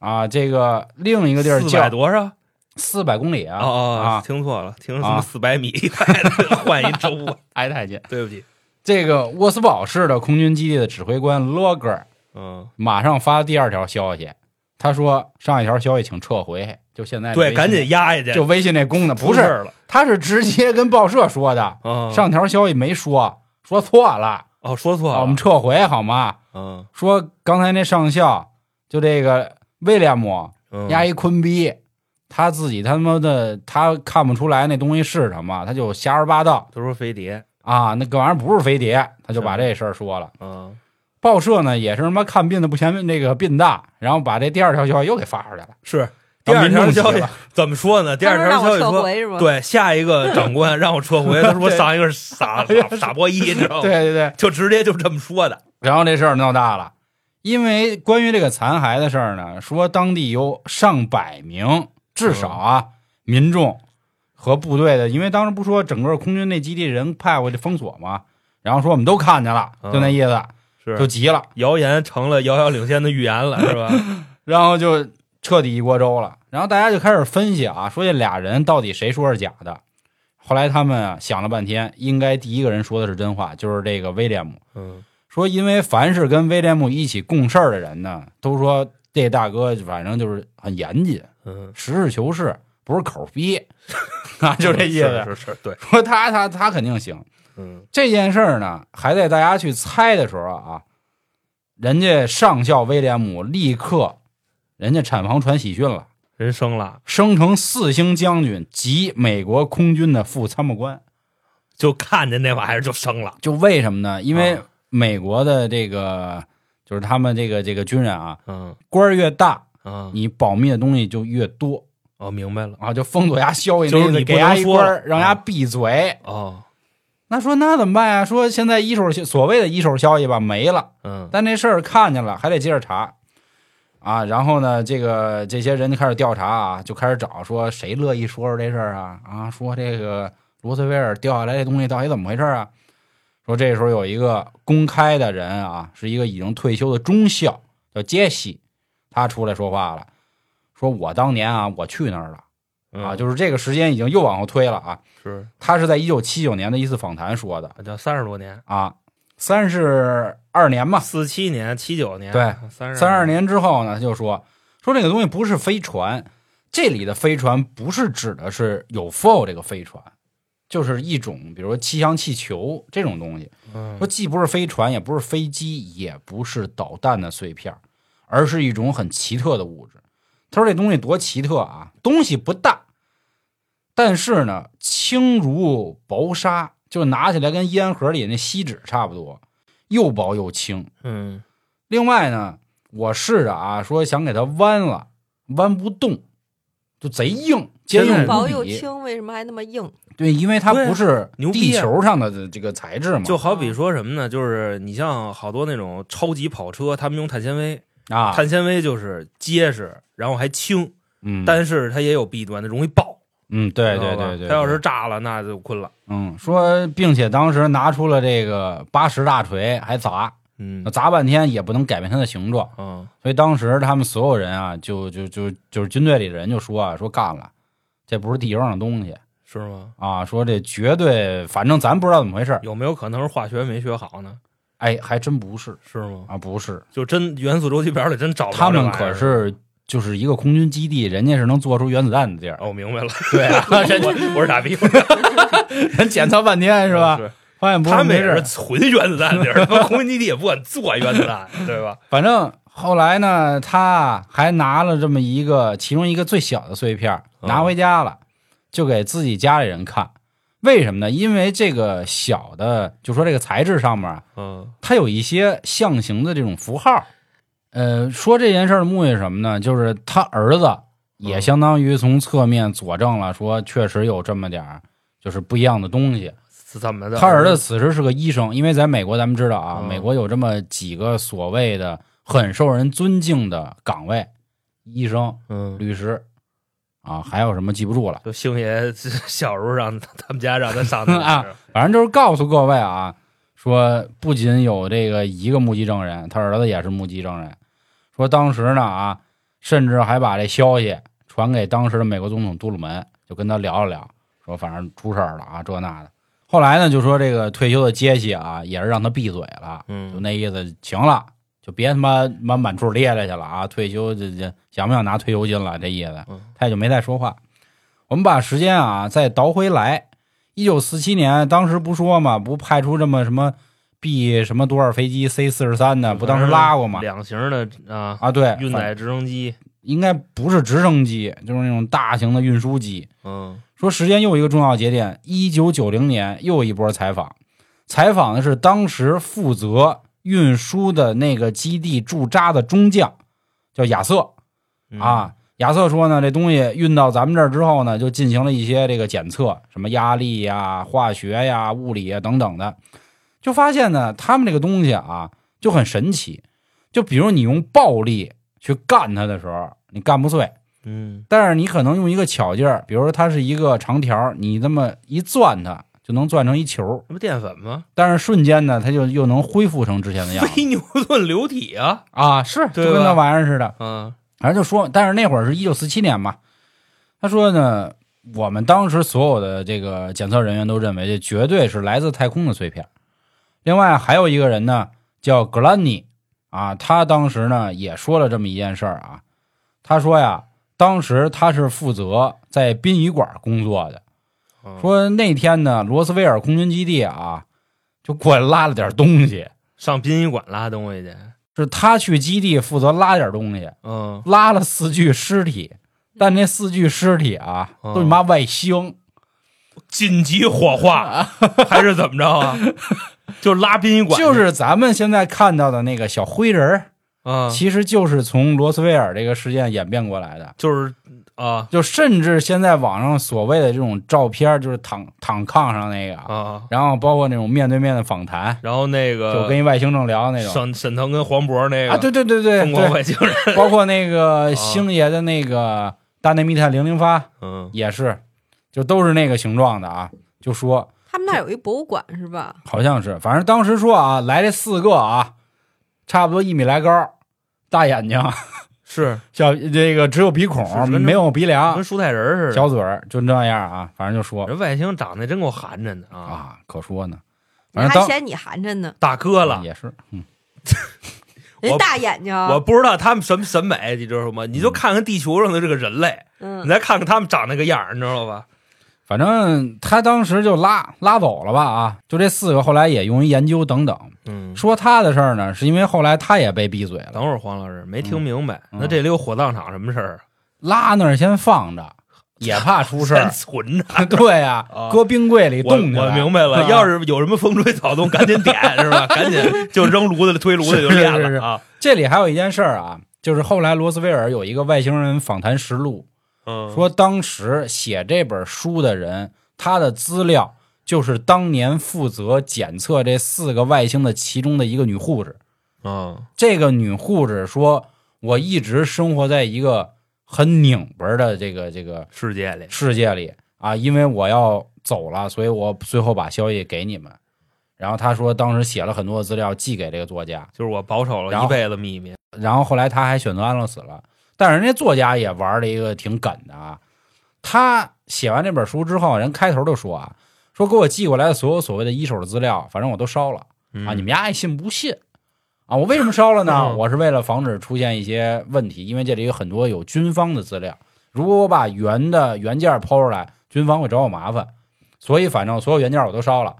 [SPEAKER 4] 啊，这个另一个地儿
[SPEAKER 3] 四百
[SPEAKER 4] 叫
[SPEAKER 3] 多少？
[SPEAKER 4] 四百公里啊、
[SPEAKER 3] 哦哦
[SPEAKER 4] 啊，，
[SPEAKER 3] 听错了，听什
[SPEAKER 4] 啊
[SPEAKER 3] 么四百米以外的， 换一州，
[SPEAKER 4] 挨太近。
[SPEAKER 3] 对不 起。
[SPEAKER 4] 这个沃斯堡市的空军基地的指挥官罗格尔
[SPEAKER 3] 嗯，
[SPEAKER 4] 马上发第二条消息，他说上一条消息请撤回，就现在
[SPEAKER 3] 对，
[SPEAKER 4] 微信
[SPEAKER 3] 赶紧压下去，
[SPEAKER 4] 就微信那功能
[SPEAKER 3] 出
[SPEAKER 4] 不
[SPEAKER 3] 事
[SPEAKER 4] 是，
[SPEAKER 3] 儿了。
[SPEAKER 4] 他是直接跟报社说的，
[SPEAKER 3] 嗯
[SPEAKER 4] 上条消息没说，说错了，
[SPEAKER 3] 哦，说错
[SPEAKER 4] 啊
[SPEAKER 3] 了，
[SPEAKER 4] 我们撤回好吗？
[SPEAKER 3] 嗯
[SPEAKER 4] 说刚才那上校，就这个威廉姆，
[SPEAKER 3] 嗯，
[SPEAKER 4] 压一坤逼，他自己他妈的他看不出来那东西是什么，他就瞎说八道
[SPEAKER 3] 他说飞碟，
[SPEAKER 4] 啊，那个玩意儿不是飞碟，他就把这事儿说了。
[SPEAKER 3] 嗯，
[SPEAKER 4] 报社呢也是他妈看病的不嫌那个病大，然后把这第二条消息又给发出来了。
[SPEAKER 3] 是第二条
[SPEAKER 4] 啊当民众
[SPEAKER 3] 消
[SPEAKER 4] 急
[SPEAKER 3] 息
[SPEAKER 4] 了
[SPEAKER 3] 怎么说呢？第二
[SPEAKER 5] 他说
[SPEAKER 3] 条
[SPEAKER 5] 让
[SPEAKER 3] 消
[SPEAKER 5] 我
[SPEAKER 3] 息
[SPEAKER 5] 撤
[SPEAKER 3] 说，
[SPEAKER 5] 回是吗？，
[SPEAKER 3] 对，下一个长官让我撤 回，他说我
[SPEAKER 4] 对哎
[SPEAKER 3] 上一个是 傻傻傻波一，你知道
[SPEAKER 4] 对
[SPEAKER 3] 吗？
[SPEAKER 4] 对对，
[SPEAKER 3] 就直接就这么说的，
[SPEAKER 4] 然后这事儿闹大了，因为关于这个残骸的事儿呢，说当地有上百名，至少啊，民众和部队的，因为当时不说整个空军那基地人派过去封锁嘛，然后说我们都看见了，
[SPEAKER 3] 嗯
[SPEAKER 4] 就那意思，就是急了，
[SPEAKER 3] 谣言成了遥遥领先的预言了，是吧？
[SPEAKER 4] 然后就彻底一锅粥了。然后大家就开始分析啊，说这俩人到底谁说是假的。后来他们啊想了半天，应该第一个人说的是真话，就是这个威廉姆。
[SPEAKER 3] 嗯
[SPEAKER 4] 说因为凡是跟威廉姆一起共事儿的人呢，都说这大哥反正就是很严谨，
[SPEAKER 3] 嗯，
[SPEAKER 4] 实事求是，不是口儿逼， 啊，就这意思。
[SPEAKER 3] 是是是，对，
[SPEAKER 4] 说他他他肯定行。
[SPEAKER 3] 嗯
[SPEAKER 4] 这件事儿呢，还在大家去猜的时候啊，人家上校威廉姆立刻，人家产房传喜讯了，
[SPEAKER 3] 人生了，
[SPEAKER 4] 升成四星将军及美国空军的副参谋官。
[SPEAKER 3] 就看见那玩意儿就生了，
[SPEAKER 4] 就为什么呢？因为
[SPEAKER 3] 啊
[SPEAKER 4] 美国的这个就是他们这个这个军人啊，
[SPEAKER 3] 嗯
[SPEAKER 4] 官儿越大，
[SPEAKER 3] 啊，
[SPEAKER 4] 你保密的东西就越多
[SPEAKER 3] 哦，明白了，
[SPEAKER 4] 啊，就封锁牙消息，
[SPEAKER 3] 就是
[SPEAKER 4] 那意思
[SPEAKER 3] 你不
[SPEAKER 4] 给牙
[SPEAKER 3] 能
[SPEAKER 4] 一
[SPEAKER 3] 说
[SPEAKER 4] 官
[SPEAKER 3] 了
[SPEAKER 4] 儿，让
[SPEAKER 3] 啊
[SPEAKER 4] 牙闭嘴。
[SPEAKER 3] 哦，
[SPEAKER 4] 那说那怎么办呀？说现在一手所谓的一手消息吧没了，
[SPEAKER 3] 嗯
[SPEAKER 4] 但这事儿看见了还得接着查啊。然后呢，这个这些人就开始调查啊，就开始找说谁乐意说说这事儿啊啊，说这个罗斯威尔掉下来这东西到底怎么回事啊？说这时候有一个公开的人啊，是一个已经退休的中校，叫杰西，他出来说话了，说我当年啊，我去那儿了啊，
[SPEAKER 3] 嗯
[SPEAKER 4] 就是这个时间已经又往后推了啊。
[SPEAKER 3] 是
[SPEAKER 4] 他是在一九七九年的一次访谈说的，
[SPEAKER 3] 啊叫三十多年，
[SPEAKER 4] 啊，三十二年嘛，
[SPEAKER 3] 四七年、七九年，
[SPEAKER 4] 对，
[SPEAKER 3] 三
[SPEAKER 4] 三十二，年之后呢，他就说说这个东西不是飞船，这里的飞船不是指的是有 UFO 这个飞船，就是一种比如说气象气球这种东西，
[SPEAKER 3] 嗯
[SPEAKER 4] 说既不是飞船，也不是飞机，也不是导弹的碎片儿，而是一种很奇特的物质。他说这东西多奇特啊，东西不大，但是呢轻如薄纱，就拿起来跟烟盒里那锡纸差不多，又薄又轻。
[SPEAKER 3] 嗯
[SPEAKER 4] 另外呢，我试着啊说想给它弯了，弯不动，就贼硬，
[SPEAKER 3] 现
[SPEAKER 4] 坚硬
[SPEAKER 3] 在
[SPEAKER 5] 薄
[SPEAKER 4] 无
[SPEAKER 5] 又
[SPEAKER 4] 比。
[SPEAKER 5] 轻，为什么还那么硬？
[SPEAKER 4] 对，因为它
[SPEAKER 3] 对啊
[SPEAKER 4] 不是
[SPEAKER 3] 牛
[SPEAKER 4] 地
[SPEAKER 3] 逼啊
[SPEAKER 4] 球上的这个材质嘛，
[SPEAKER 3] 就好比说什么呢？就是你像好多那种超级跑车，他们用碳纤维，
[SPEAKER 4] 啊，
[SPEAKER 3] 碳纤维就是结实，然后还轻，
[SPEAKER 4] 嗯，
[SPEAKER 3] 但是它也有弊端，它容易爆。
[SPEAKER 4] 嗯，对对
[SPEAKER 3] 知道吧
[SPEAKER 4] 对对，
[SPEAKER 3] 它要是
[SPEAKER 4] 对
[SPEAKER 3] 炸了，那就困了。
[SPEAKER 4] 嗯，说并且当时拿出了这个八十大锤还砸，
[SPEAKER 3] 嗯
[SPEAKER 4] 砸半天也不能改变它的形状，
[SPEAKER 3] 嗯
[SPEAKER 4] 所以当时他们所有人啊，就就就就是军队里的人就说啊，说干了，这不是地球上的东西
[SPEAKER 3] 是吗？
[SPEAKER 4] 啊，说这绝对，反正咱不知道怎么回事，
[SPEAKER 3] 有没有可能是化学没学好呢？
[SPEAKER 4] 哎，还真不是
[SPEAKER 3] 是吗？
[SPEAKER 4] 啊，不是，
[SPEAKER 3] 就真元素周期表里真找不着
[SPEAKER 4] 他
[SPEAKER 3] 这
[SPEAKER 4] 们
[SPEAKER 3] 玩意儿
[SPEAKER 4] 可是就是一个空军基地，人家是能做出原子弹的地儿，
[SPEAKER 3] 哦，我明白了，
[SPEAKER 4] 对啊，
[SPEAKER 3] 我我是傻 逼，我是
[SPEAKER 4] 人检测半天是吧？发现不是
[SPEAKER 3] 他们也
[SPEAKER 4] 没事儿
[SPEAKER 3] 是存原子弹的地儿，他妈空军基地也不敢做原子弹，对吧？
[SPEAKER 4] 反正后来呢，他还拿了这么一个其中一个最小的碎片儿，
[SPEAKER 3] 嗯
[SPEAKER 4] 拿回家了，就给自己家里人看。为什么呢？因为这个小的，就说这个材质上面啊，
[SPEAKER 3] 嗯
[SPEAKER 4] 它有一些象形的这种符号。呃，说这件事儿的目的是什么呢？就是他儿子也
[SPEAKER 3] 嗯
[SPEAKER 4] 相当于从侧面佐证了，说确实有这么点儿，就是不一样的东西。
[SPEAKER 3] 是嗯怎么的？
[SPEAKER 4] 他儿子此时是个医生，因为在美国咱们知道啊，
[SPEAKER 3] 嗯
[SPEAKER 4] 美国有这么几个所谓的很受人尊敬的岗位，医生、
[SPEAKER 3] 嗯，
[SPEAKER 4] 律师啊，还有什么记不住了，
[SPEAKER 3] 就星爷 小时候让他们家让他上的
[SPEAKER 4] 啊反正就是告诉各位啊，说不仅有这个一个目击证人，他儿子也是目击证人，说当时呢啊，甚至还把这消息传给当时的美国总统杜鲁门，就跟他聊了聊，说反正出事儿了啊，这那的。后来呢，就说这个退休的杰西啊，也是让他闭嘴了，
[SPEAKER 3] 嗯
[SPEAKER 4] 就那意思，行了，就别他妈满满处咧咧去了啊！退休这这想不想拿退休金了？这意思
[SPEAKER 3] 嗯，
[SPEAKER 4] 他也就没再说话。我们把时间啊再倒回来，一九四七年，当时不说嘛，不派出这么什么 B 什么多少飞机 C 四十三的，不当时拉过吗？
[SPEAKER 3] 两型的啊，
[SPEAKER 4] 啊，对，
[SPEAKER 3] 运
[SPEAKER 4] 反
[SPEAKER 3] 载直升机，
[SPEAKER 4] 应该不是直升机，就是那种大型的运输机。
[SPEAKER 3] 嗯
[SPEAKER 4] 说时间又一个重要节点，一九九零年又一波采访，采访的是当时负责运输的那个基地驻扎的中将，叫亚瑟。
[SPEAKER 3] 嗯
[SPEAKER 4] 啊，亚瑟说呢，这东西运到咱们这儿之后呢，就进行了一些这个检测，什么压力呀、化学呀、物理呀等等的，就发现呢，他们这个东西啊就很神奇，就比如你用暴力去干它的时候，你干不碎，
[SPEAKER 3] 嗯
[SPEAKER 4] 但是你可能用一个巧劲儿，比如说它是一个长条，你这么一攥它。就能攥成一球，
[SPEAKER 3] 那不淀粉吗？
[SPEAKER 4] 但是瞬间呢，它就又能恢复成之前的样子
[SPEAKER 3] 非牛 顿流体啊，
[SPEAKER 4] 啊！是，就
[SPEAKER 3] 对
[SPEAKER 4] 跟那
[SPEAKER 3] 吧
[SPEAKER 4] 玩意儿似的。
[SPEAKER 3] 嗯
[SPEAKER 4] 反正就说，但是那会儿是一九四七年嘛，他说呢，我们当时所有的这个检测人员都认为这绝对是来自太空的碎片。另外还有一个人呢，叫格兰尼啊，他当时呢也说了这么一件事儿啊，他说呀，当时他是负责在殡仪馆工作的，
[SPEAKER 3] 嗯
[SPEAKER 4] 说那天呢，罗斯威尔空军基地啊，就过来拉了点东西，
[SPEAKER 3] 上殡仪馆拉东西去，
[SPEAKER 4] 是他去基地负责拉点东西，
[SPEAKER 3] 嗯
[SPEAKER 4] 拉了四具尸体，但那四具尸体啊，
[SPEAKER 3] 嗯
[SPEAKER 4] 都你妈外星，
[SPEAKER 3] 紧急火化还是怎么着 啊？就拉殡仪馆去，
[SPEAKER 4] 就是咱们现在看到的那个小灰人儿，
[SPEAKER 3] 啊，
[SPEAKER 4] 其实就是从罗斯威尔这个事件演变过来的。
[SPEAKER 3] 就是啊
[SPEAKER 4] 就甚至现在网上所谓的这种照片儿，就是躺躺炕上那个，
[SPEAKER 3] 啊，
[SPEAKER 4] 然后包括那种面对面的访谈，
[SPEAKER 3] 然后那
[SPEAKER 4] 就
[SPEAKER 3] 个
[SPEAKER 4] 跟一外星正聊那种
[SPEAKER 3] 沈沈腾跟黄渤呃那个嗯
[SPEAKER 4] 啊，对对对对
[SPEAKER 3] 疯狂
[SPEAKER 4] 对，
[SPEAKER 3] 外星人，
[SPEAKER 4] 包括那个星爷的那个大内密探零零发
[SPEAKER 3] 嗯，
[SPEAKER 4] 也是，就都是那个形状的啊，就说
[SPEAKER 5] 他们那儿有一博物馆是吧？
[SPEAKER 4] 好像是，反正当时说啊，来这四个啊，差不多一米来高，大眼睛，
[SPEAKER 3] 是
[SPEAKER 4] 小这个只有鼻孔
[SPEAKER 3] 是跟，这
[SPEAKER 4] 没有鼻梁
[SPEAKER 3] 跟，蔬菜人儿似的。
[SPEAKER 4] 啊小嘴儿就那样啊，反正就说
[SPEAKER 3] 人外星长得真够寒碜的啊！
[SPEAKER 4] 啊，可说呢，
[SPEAKER 5] 你
[SPEAKER 4] 反正
[SPEAKER 5] 还
[SPEAKER 4] 当
[SPEAKER 5] 嫌你寒碜呢，
[SPEAKER 3] 大哥了，
[SPEAKER 4] 也是，嗯，
[SPEAKER 5] 人
[SPEAKER 3] 我
[SPEAKER 5] 大眼睛，
[SPEAKER 3] 我不知道他们什么审美，你知道吗？你
[SPEAKER 4] 嗯
[SPEAKER 3] 就看看地球上的这个人类，你
[SPEAKER 5] 嗯，
[SPEAKER 3] 再看看他们长那个样儿，你知道吧？
[SPEAKER 4] 反正他当时就拉拉走了吧啊，就这四个后来也用于研究等等。
[SPEAKER 3] 嗯，
[SPEAKER 4] 说他的事儿呢，是因为后来他也被闭嘴了，
[SPEAKER 3] 等会儿黄老师没听明白，
[SPEAKER 4] 嗯
[SPEAKER 3] 那这里有火葬场什么事儿？啊
[SPEAKER 4] 拉那儿先放着，也怕出 事
[SPEAKER 3] 先
[SPEAKER 4] 儿。
[SPEAKER 3] 存着。
[SPEAKER 4] 对呀、
[SPEAKER 3] 啊
[SPEAKER 4] 搁冰柜里
[SPEAKER 3] 我
[SPEAKER 4] 冻着。
[SPEAKER 3] 我明白 了，
[SPEAKER 4] 啊
[SPEAKER 3] 要是有什么风吹草动，赶紧点是吧？赶 紧就扔炉子里，推炉子里就是
[SPEAKER 4] 是
[SPEAKER 3] 练
[SPEAKER 4] 是是
[SPEAKER 3] 了啊。
[SPEAKER 4] 这里还有一件事儿啊，就是后来罗斯威尔有一个外星人访谈实录，
[SPEAKER 3] 嗯，
[SPEAKER 4] 说当时写这本书的人，他的资料就是当年负责检测这四个外星的其中的一个女护士。
[SPEAKER 3] 嗯
[SPEAKER 4] 这个女护士说：“我一直生活在一个很拧巴的这个这个
[SPEAKER 3] 世界里，
[SPEAKER 4] 世界里啊，因为我要走了，所以我最后把消息给你们。”然后他说，当时写了很多的资料寄给这个作家，
[SPEAKER 3] 就是我保守
[SPEAKER 4] 然
[SPEAKER 3] 了
[SPEAKER 4] 后
[SPEAKER 3] 一辈子秘密。
[SPEAKER 4] 然后后来他还选择安乐死了。但是人家作家也玩了一个挺梗的啊，他写完这本书之后，人开头就说啊，说给我寄过来的所有所谓的一手的资料，反正我都烧了啊，
[SPEAKER 3] 啊
[SPEAKER 4] 你们家爱信不信啊？我为什么烧了呢？
[SPEAKER 3] 嗯
[SPEAKER 4] 我是为了防止出现一些问题，因为这里有很多有军方的资料，如果我把原的原件抛出来，军方会找我麻烦，所以反正所有原件我都烧了，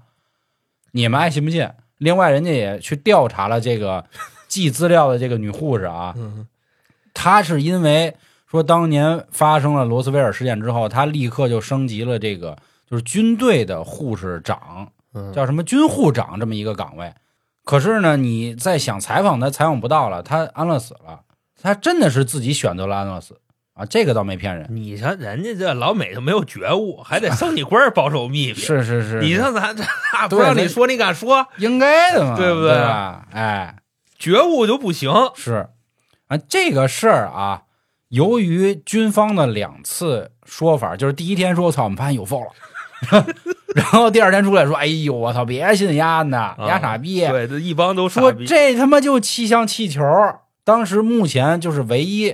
[SPEAKER 4] 你们爱信不信？另外，人家也去调查了这个 寄资料的这个女护士啊，
[SPEAKER 3] 嗯
[SPEAKER 4] 她是因为说当年发生了罗斯威尔事件之后，她立刻就升级了这个就是军队的护士长，
[SPEAKER 3] 嗯
[SPEAKER 4] 叫什么军护长这么一个岗位。可是呢，你在想采访他，采访不到了，他安乐死了。他真的是自己选择了安乐死啊，这个倒没骗人。
[SPEAKER 3] 嗯你瞧人家这老美就没有觉悟，还得生你官儿保守秘密。
[SPEAKER 4] 是是是，
[SPEAKER 3] 你
[SPEAKER 4] 是
[SPEAKER 3] 让咱这不
[SPEAKER 4] 对
[SPEAKER 3] 让
[SPEAKER 4] 咱
[SPEAKER 3] 你说，你敢说？
[SPEAKER 4] 应该的嘛，
[SPEAKER 3] 对不
[SPEAKER 4] 对
[SPEAKER 3] 对
[SPEAKER 4] 吧？哎，
[SPEAKER 3] 觉悟就不行。
[SPEAKER 4] 是啊，这个事儿啊，由于军方的两次说法，就是第一天说“我操，我们发现有 f 了”， 然后第二天出来说“哎呦，我操，别信丫呢，丫傻逼”，
[SPEAKER 3] 啊对，这一帮都
[SPEAKER 4] 说
[SPEAKER 3] 傻逼
[SPEAKER 4] 这他妈就气象气球。当时目前就是唯一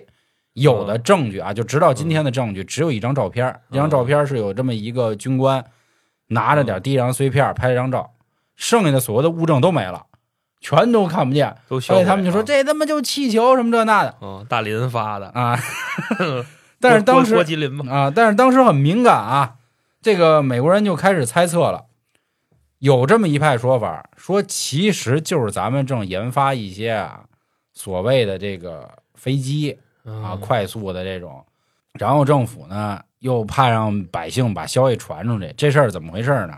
[SPEAKER 4] 有
[SPEAKER 3] 嗯
[SPEAKER 4] 的证据啊，就直到今天的证据，只有一张照片儿。这张
[SPEAKER 3] 嗯
[SPEAKER 4] 照片是有这么一个军官拿着点地上碎片儿拍了张照，剩下的所有的物证都没了，全都看不见。
[SPEAKER 3] 都
[SPEAKER 4] 所
[SPEAKER 3] 消
[SPEAKER 4] 以他们就说这他妈就气球什么这那的
[SPEAKER 3] 嗯，大林发的。
[SPEAKER 4] 啊。但是当时
[SPEAKER 3] 郭郭麒麟嘛，
[SPEAKER 4] 啊，但是当时很敏感啊，这个美国人就开始猜测了，有这么一派说法，说其实就是咱们正研发一些啊所谓的这个飞机啊，
[SPEAKER 3] 嗯
[SPEAKER 4] 快速的这种，然后政府呢又怕让百姓把消息传出去，这事儿怎么回事呢？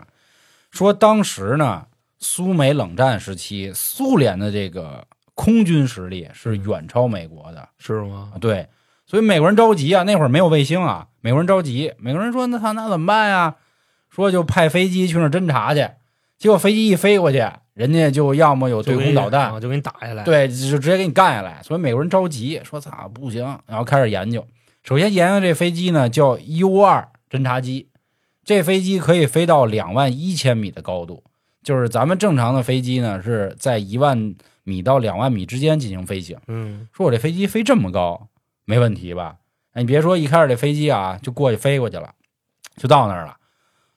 [SPEAKER 4] 说当时呢，苏美冷战时期，苏联的这个空军实力是远超美国的，
[SPEAKER 3] 是吗
[SPEAKER 4] 啊，？对，所以美国人着急啊，那会儿没有卫星啊，美国人着急，美国人说那他那怎么办呀？说就派飞机去那儿侦察去，结果飞机一飞过去，人家就要么有对
[SPEAKER 3] 就给
[SPEAKER 4] 空
[SPEAKER 3] 你
[SPEAKER 4] 导弹，
[SPEAKER 3] 啊就给你打下来。，
[SPEAKER 4] 对，就直接给你干下来。所以美国人着急，说操不行，然后开始研究。首先研究这飞机呢叫 U 二侦察机，这飞机可以飞到两万一千米的高度，就是咱们正常的飞机呢是在一万米到两万米之间进行飞行。
[SPEAKER 3] 嗯，
[SPEAKER 4] 说我这飞机飞这么高，没问题吧？哎，你别说一开始这飞机啊，就过去飞过去了，就到那儿了。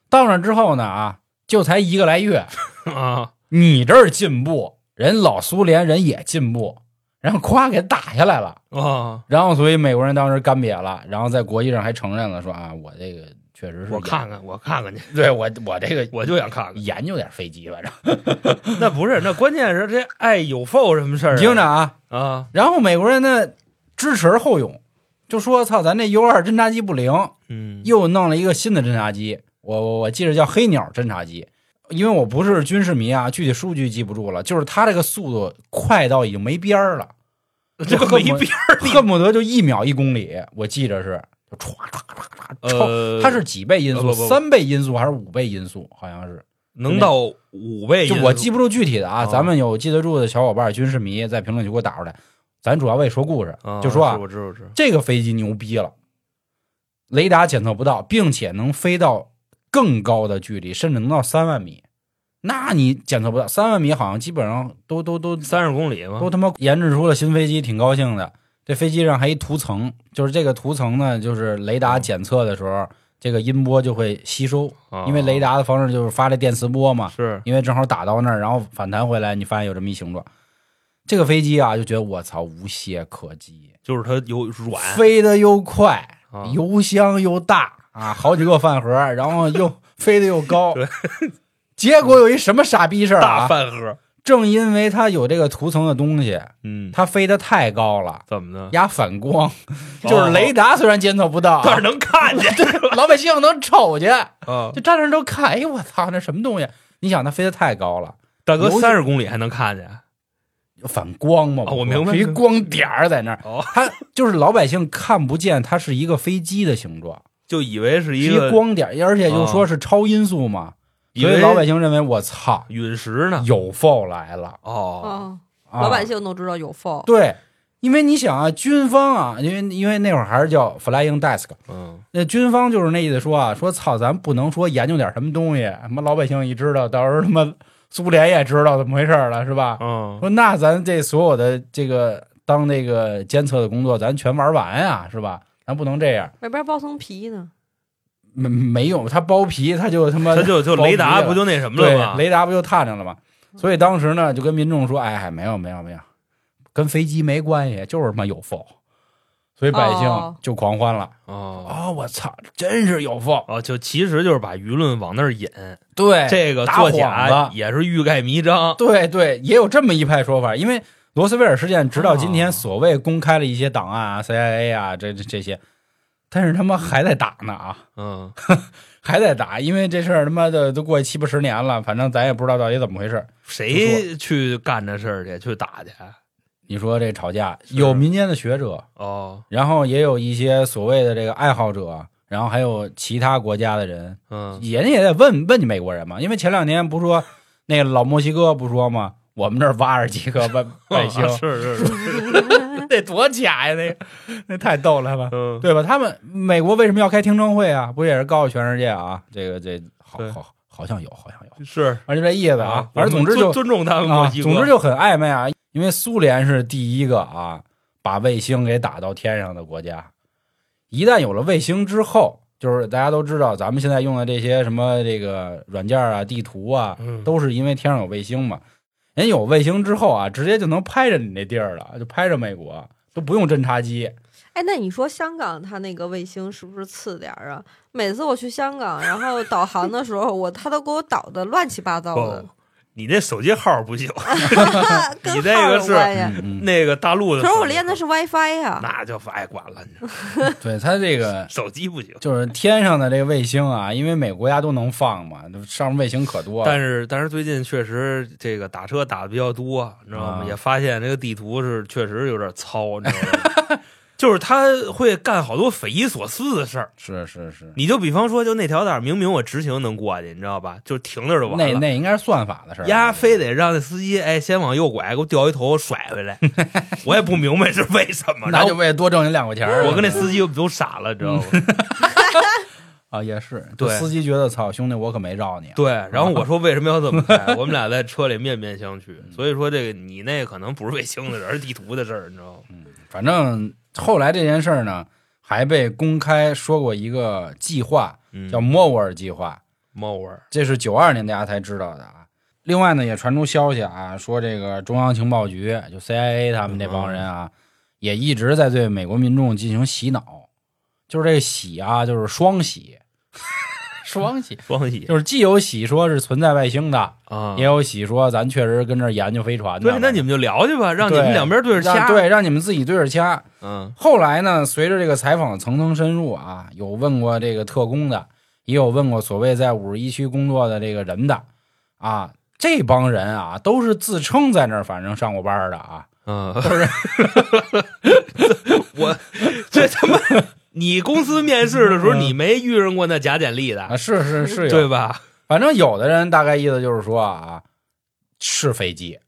[SPEAKER 4] 到那儿之后呢，啊，就才一个来月，
[SPEAKER 3] 啊，
[SPEAKER 4] 你这儿进步，人老苏联人也进步，然后咵给打下来了。
[SPEAKER 3] 啊，
[SPEAKER 4] 然后，所以美国人当时干瘪了，然后在国际上还承认了说啊，我这个确实是
[SPEAKER 3] 我看看，我看看去，
[SPEAKER 4] 研，对我我这个
[SPEAKER 3] 我就想看看。
[SPEAKER 4] 研究点飞机，反正
[SPEAKER 3] 那不是，那关键是这爱有 f 什么事儿啊？
[SPEAKER 4] 你听着啊，
[SPEAKER 3] 啊，
[SPEAKER 4] 然后美国人呢支持后勇，就说操，咱这 U 二侦察机不灵，
[SPEAKER 3] 嗯，
[SPEAKER 4] 又弄了一个新的侦察机，我我我记着叫黑鸟侦察机，因为我不是军事迷啊，具体数据记不住了，就是它这个速度快到已经没边儿了，
[SPEAKER 3] 这
[SPEAKER 4] 恨
[SPEAKER 3] 没
[SPEAKER 4] 不
[SPEAKER 3] 边
[SPEAKER 4] 恨不得就一秒一公里，我记着是就歘歘歘歘超，
[SPEAKER 3] 呃，
[SPEAKER 4] 它是几倍音速？
[SPEAKER 3] 呃不不不
[SPEAKER 4] 三倍音速还是五倍音速？好像是，
[SPEAKER 3] 能到五倍音
[SPEAKER 4] 就
[SPEAKER 3] 速，
[SPEAKER 4] 我记不住具体的啊，
[SPEAKER 3] 啊
[SPEAKER 4] 咱们有记得住的小伙伴、军事迷在评论区给我打出来，咱主要为说故事，
[SPEAKER 3] 啊，
[SPEAKER 4] 就说啊
[SPEAKER 3] 是，我知道，我知道，
[SPEAKER 4] 这个飞机牛逼了，雷达检测不到，并且能飞到更高的距离，甚至能到三万米。那你检测不到三万米，好像基本上都都都
[SPEAKER 3] 三十公里嘛
[SPEAKER 4] 都，他妈研制出了新飞机，挺高兴的。这飞机上还一涂层，就是这个涂层呢，就是雷达检测的时候，这个音波就会吸收，
[SPEAKER 3] 啊
[SPEAKER 4] 因为雷达的方式就是发这电磁波嘛，
[SPEAKER 3] 是
[SPEAKER 4] 因为正好打到那儿，然后反弹回来，你发现有这么一形状。这个飞机啊，就觉得我操，无懈可击。
[SPEAKER 3] 就是它有软，
[SPEAKER 4] 飞得又快，
[SPEAKER 3] 啊
[SPEAKER 4] 油箱又大啊，好几 个饭盒，然后又飞得又高
[SPEAKER 3] 对。
[SPEAKER 4] 结果有一什么傻逼事儿
[SPEAKER 3] 大
[SPEAKER 4] 啊？
[SPEAKER 3] 饭盒，
[SPEAKER 4] 正因为它有这个涂层的东西，
[SPEAKER 3] 嗯，
[SPEAKER 4] 它飞得太高了，
[SPEAKER 3] 怎么的？
[SPEAKER 4] 压反光，
[SPEAKER 3] 哦
[SPEAKER 4] 就是雷达虽然监测 不到啊，
[SPEAKER 3] 但是能看 见
[SPEAKER 4] 老百姓能瞅见，
[SPEAKER 3] 啊，
[SPEAKER 4] 就站那儿都看，哎呦我操，那什么东西？你想它飞得太高了，
[SPEAKER 3] 大哥
[SPEAKER 4] 尤其
[SPEAKER 3] 三十公里还能看见，
[SPEAKER 4] 反光嘛，
[SPEAKER 3] 啊我明白
[SPEAKER 4] 是一光点儿在那儿，
[SPEAKER 3] 哦，
[SPEAKER 4] 它就是老百姓看不见，它是一个飞机的形状。
[SPEAKER 3] 就以为是
[SPEAKER 4] 是
[SPEAKER 3] 一
[SPEAKER 4] 一
[SPEAKER 3] 个
[SPEAKER 4] 光点，而且
[SPEAKER 3] 啊
[SPEAKER 4] 就说是超音速嘛，所以老百姓认为我操，
[SPEAKER 3] 陨石呢，
[SPEAKER 4] 有 f 来了，
[SPEAKER 3] 哦，
[SPEAKER 5] 嗯，
[SPEAKER 4] 啊、
[SPEAKER 5] 老百姓都知道有缝。
[SPEAKER 4] 对，因为你想啊，军方啊，因为因为那会儿还是叫 flying desk，
[SPEAKER 3] 嗯，
[SPEAKER 4] 那军方就是那意思说啊，说操，咱不能说研究点什么东西，他妈老百姓一知道，到时候他妈苏联也知道怎么回事了，是吧？
[SPEAKER 3] 嗯，
[SPEAKER 4] 说那咱这所有的这个当这个监测的工作，咱全玩完呀、是吧？咱不能这样，
[SPEAKER 5] 外边包层皮呢，
[SPEAKER 4] 没没有他包皮，他就他妈
[SPEAKER 3] 它就就
[SPEAKER 4] 包皮
[SPEAKER 3] 雷达
[SPEAKER 4] 了
[SPEAKER 3] 不就那什么
[SPEAKER 4] 啊
[SPEAKER 3] 啊
[SPEAKER 4] 对
[SPEAKER 3] 了，吗？
[SPEAKER 4] 雷达不就踏上了吗？所以当时呢，就跟民众说：“哎，没有，没有，没有，跟飞机没关系，就是他妈有风。”所以百姓
[SPEAKER 5] 哦
[SPEAKER 4] 就狂欢了。
[SPEAKER 3] 哦
[SPEAKER 4] 哦，我操，真是有风！
[SPEAKER 3] 哦，就其实就是把舆论往那儿引，
[SPEAKER 4] 对，
[SPEAKER 3] 这个
[SPEAKER 4] 哎打
[SPEAKER 3] 作
[SPEAKER 4] 幌
[SPEAKER 3] 假
[SPEAKER 4] 子
[SPEAKER 3] 也是欲盖弥彰，
[SPEAKER 4] 对对，也有这么一派说法，因为罗斯威尔事件直到今
[SPEAKER 3] 哦
[SPEAKER 4] 天，所谓公开了一些档案啊、CIA 啊，这这这些，但是他妈还在打呢啊。
[SPEAKER 3] 嗯，
[SPEAKER 4] 还在打，因为这事儿他妈的都过去七八十年了，反正咱也不知道到底怎么回事儿。
[SPEAKER 3] 谁去干这事儿去？去打去？
[SPEAKER 4] 你说这吵架，有民间的学者，
[SPEAKER 3] 哦，
[SPEAKER 4] 然后也有一些所谓的这个爱好者，然后还有其他国家的人，
[SPEAKER 3] 嗯，
[SPEAKER 4] 人家也得问问你美国人嘛，因为前两年不说那个老墨西哥不说吗？我们这儿挖着几 个百百姓
[SPEAKER 3] 啊，是是是，
[SPEAKER 4] 那多假呀！那个那 太逗了吧，
[SPEAKER 3] 嗯，
[SPEAKER 4] 对吧？他们美国为什么要开听证会啊？不也是告诉全世界啊？这个这好
[SPEAKER 3] 对
[SPEAKER 4] 好好像有，好像有，
[SPEAKER 3] 是
[SPEAKER 4] 反正就这意思啊。反正
[SPEAKER 3] 我
[SPEAKER 4] 总
[SPEAKER 3] 们
[SPEAKER 4] 之就
[SPEAKER 3] 尊尊重他们墨
[SPEAKER 4] 啊，
[SPEAKER 3] 西哥，
[SPEAKER 4] 总之就很暧昧啊，因为苏联是第一个啊把卫星给打到天上的国家。一旦有了卫星之后，就是大家都知道，咱们现在用的这些什么这个软件啊、地图啊，
[SPEAKER 3] 嗯
[SPEAKER 4] 都是因为天上有卫星嘛。人有卫星之后啊，直接就能拍着你那地儿了，就拍着美国，都不用侦察机。
[SPEAKER 5] 哎，那你说香港它那个卫星是不是次点儿啊？每次我去香港，然后导航的时候，我它都给我导的乱七八糟的啊
[SPEAKER 3] 不，，你那手机号不行，
[SPEAKER 5] 嗯跟
[SPEAKER 3] 哦你那
[SPEAKER 5] 号
[SPEAKER 3] 个
[SPEAKER 5] 儿有
[SPEAKER 3] 是
[SPEAKER 5] 关系。
[SPEAKER 4] 嗯
[SPEAKER 3] 那个大陆的
[SPEAKER 5] 可
[SPEAKER 3] 手
[SPEAKER 5] 是
[SPEAKER 3] 机号。
[SPEAKER 5] 我连的是 WiFi 啊呀、
[SPEAKER 3] 那就不爱管了，你
[SPEAKER 4] 嗯，对他这个
[SPEAKER 3] 手机 不行。
[SPEAKER 4] 就是天上的这个卫星啊，因为每个国家都能放嘛，上面卫星可多了。
[SPEAKER 3] 但是但是最近确实这个打车打的比较多，你知道吗？
[SPEAKER 4] 啊
[SPEAKER 3] 也发现这个地图是确实有点糙，你知道吗？ 就是他会干好多匪夷所思的事儿。
[SPEAKER 4] 是是是，
[SPEAKER 3] 你就比方说，就那条道儿明明我直行能过去，你知道吧？就停那儿就完
[SPEAKER 4] 那
[SPEAKER 3] 了。
[SPEAKER 4] 那应该是算法的事儿。
[SPEAKER 3] 丫非得让那司机哎先往右拐，给我掉一头甩回 来，我也不明白是为什么。啊然
[SPEAKER 4] 那
[SPEAKER 3] 后
[SPEAKER 4] 就为了多挣你两块钱儿。
[SPEAKER 3] 我跟那司机都傻了，知道吗？
[SPEAKER 4] 啊也是，
[SPEAKER 3] 对
[SPEAKER 4] 这司机觉得操兄弟，我可没绕你啊。
[SPEAKER 3] 对，然后我 说为什么要这么开？我们俩在车里面面相
[SPEAKER 4] 嗯
[SPEAKER 3] 觑，所以说这个你那可能不是卫星的事儿，而是地图的事儿，你知道吗？
[SPEAKER 4] 反正后来这件事儿呢，还被公开说过一个计划，
[SPEAKER 3] 嗯，
[SPEAKER 4] 叫莫沃尔计划，
[SPEAKER 3] 猫味儿，
[SPEAKER 4] 这是九二年大家才知道的啊。另外呢，也传出消息啊，说这个中央情报局就 CIA 他们这帮人啊，
[SPEAKER 3] 嗯
[SPEAKER 4] 也一直在对美国民众进行洗脑，就是这个洗啊，就是双洗，双洗，
[SPEAKER 3] 双喜
[SPEAKER 4] 就是既有洗说是存在外星的，
[SPEAKER 3] 啊
[SPEAKER 4] 也。有洗说咱确实跟这儿研究飞船的。
[SPEAKER 3] 对，那你们就聊去吧，让你
[SPEAKER 4] 对
[SPEAKER 3] 们两边对着
[SPEAKER 4] 让
[SPEAKER 3] 掐。，
[SPEAKER 4] 对，让你们自己对着掐。
[SPEAKER 3] 嗯，
[SPEAKER 4] 后来呢，随着这个采访的层层深入啊，有问过这个特工的，也有问过所谓在五十一区工作的这个人的，啊，这帮人啊都是自称在那儿反正上过班的啊，
[SPEAKER 3] 嗯，我这他妈，你公司面试的时候，
[SPEAKER 4] 嗯
[SPEAKER 3] 你没遇上过那假简历
[SPEAKER 4] 啊
[SPEAKER 3] 的，
[SPEAKER 4] 是是是有，
[SPEAKER 3] 对吧？
[SPEAKER 4] 反正有的人大概意思就是说啊，是飞机，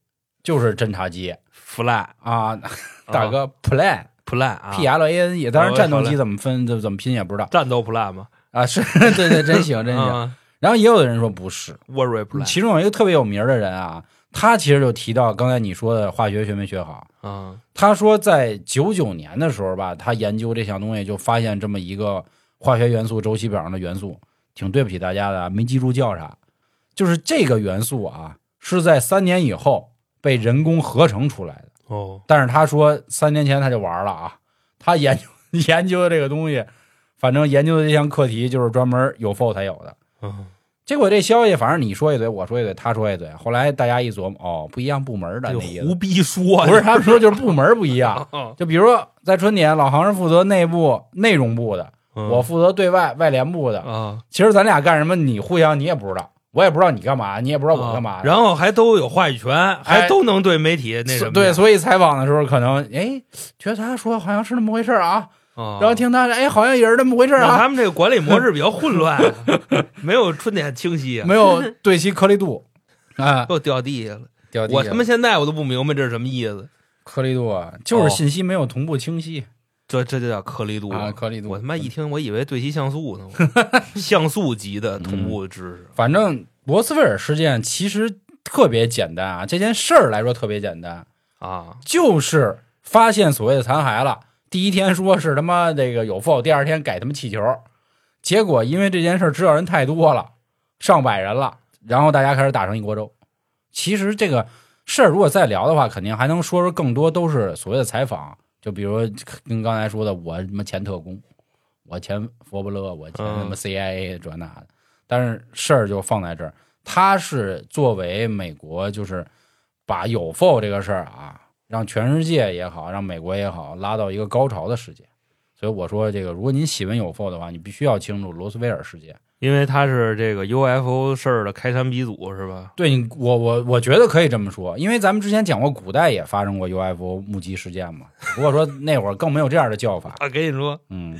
[SPEAKER 4] 就是侦察机
[SPEAKER 3] fly
[SPEAKER 4] 啊，大哥、plane
[SPEAKER 3] ，plan 啊
[SPEAKER 4] p l a n e，当然
[SPEAKER 3] 好嘞
[SPEAKER 4] 战斗
[SPEAKER 3] 好
[SPEAKER 4] 机
[SPEAKER 3] 嘞
[SPEAKER 4] 怎么分怎么怎么拼也不知道
[SPEAKER 3] 战斗 plan 吗？
[SPEAKER 4] 啊，是 对对，真行真行。
[SPEAKER 3] 啊
[SPEAKER 4] 然后也有的人说不是，
[SPEAKER 3] ，worry plan
[SPEAKER 4] 其中有一个特别有名儿的人啊，他其实就提到刚才你说的化学学没学好。
[SPEAKER 3] 啊，
[SPEAKER 4] 他说在九九年的时候吧，他研究这项东西就发现这么一个化学元素周期表上的元素，挺对不起大家的啊，没记住叫啥。就是这个元素啊，是在三年以后被人工合成出来的。
[SPEAKER 3] 哦，
[SPEAKER 4] 但是他说三年前他就玩了啊，他研究 研究的这个东西，反正研究的这项课题就是专门有 f 才有的。
[SPEAKER 3] 嗯
[SPEAKER 4] 结果这消息，反正你说一嘴，我说一嘴，他说一嘴。后来大家一琢磨，哦，不一样部门的
[SPEAKER 3] 就
[SPEAKER 4] 那意思
[SPEAKER 3] 胡，逼说，
[SPEAKER 4] 不是他们说就是部门不一样。
[SPEAKER 3] 啊，
[SPEAKER 4] 就比如说在春点，老航是负责内部内容部的，
[SPEAKER 3] 嗯
[SPEAKER 4] 我负责对外外联部的。
[SPEAKER 3] 啊，
[SPEAKER 4] 其实咱俩干什么，你互相你也不知道，我也不知道你干嘛，你也不知道我干嘛。
[SPEAKER 3] 嗯
[SPEAKER 4] 哎
[SPEAKER 3] 然后还都有话语权，还都能对媒体那什
[SPEAKER 4] 所
[SPEAKER 3] 么，
[SPEAKER 4] 对，，所以采访的时候可能哎，觉得他说好像是那么回事儿啊，
[SPEAKER 3] 然
[SPEAKER 4] 然后听他说哎，好像也是那么回事儿啊，
[SPEAKER 3] 嗯他们这个管理模式比较混 乱，没有春点清晰，
[SPEAKER 4] 没有对齐颗粒 度啊，
[SPEAKER 3] 又掉地下了。
[SPEAKER 4] 掉地
[SPEAKER 3] 我
[SPEAKER 4] 下
[SPEAKER 3] 他妈现在我都不明白这是什么意思，
[SPEAKER 4] 颗粒度啊，就是
[SPEAKER 3] 哦
[SPEAKER 4] 信息没有同步清晰。
[SPEAKER 3] 这这就叫颗粒度
[SPEAKER 4] 啊，颗粒度。
[SPEAKER 3] 我他妈一听，我以为对齐像素 呢，我像素级的同
[SPEAKER 4] 嗯
[SPEAKER 3] 步知识。
[SPEAKER 4] 反正罗斯威尔事件其实特别简单啊，这件事儿来说特别简单，
[SPEAKER 3] 啊，
[SPEAKER 4] 就是发现所谓的残骸了。第一天说是他妈这个有 f 第二天改他妈气球，结果因为这件事儿知道人太多了，上百人了，然后大家开始打成一锅粥。其实这个事儿如果再聊的话，肯定还能说说更多，都是所谓的采访，就比如跟刚才说的，我什么前特工，我前佛伯勒，我前
[SPEAKER 3] 嗯
[SPEAKER 4] 什么 CIA 这那的，但是事儿就放在这儿，他是作为美国就是把有 f 这个事儿啊，让全世界也好，让美国也好，拉到一个高潮的世界。所以我说，这个如果您喜欢有 f 的话，你必须要清楚罗斯威尔事件。
[SPEAKER 3] 因为他是这个 UFO 事儿的开山鼻祖，是吧？
[SPEAKER 4] 对你，我我我觉得可以这么说，因为咱们之前讲过，古代也发生过 UFO 目击事件嘛。不过说那会儿更没有这样的叫法。
[SPEAKER 3] 啊，跟你说，
[SPEAKER 4] 嗯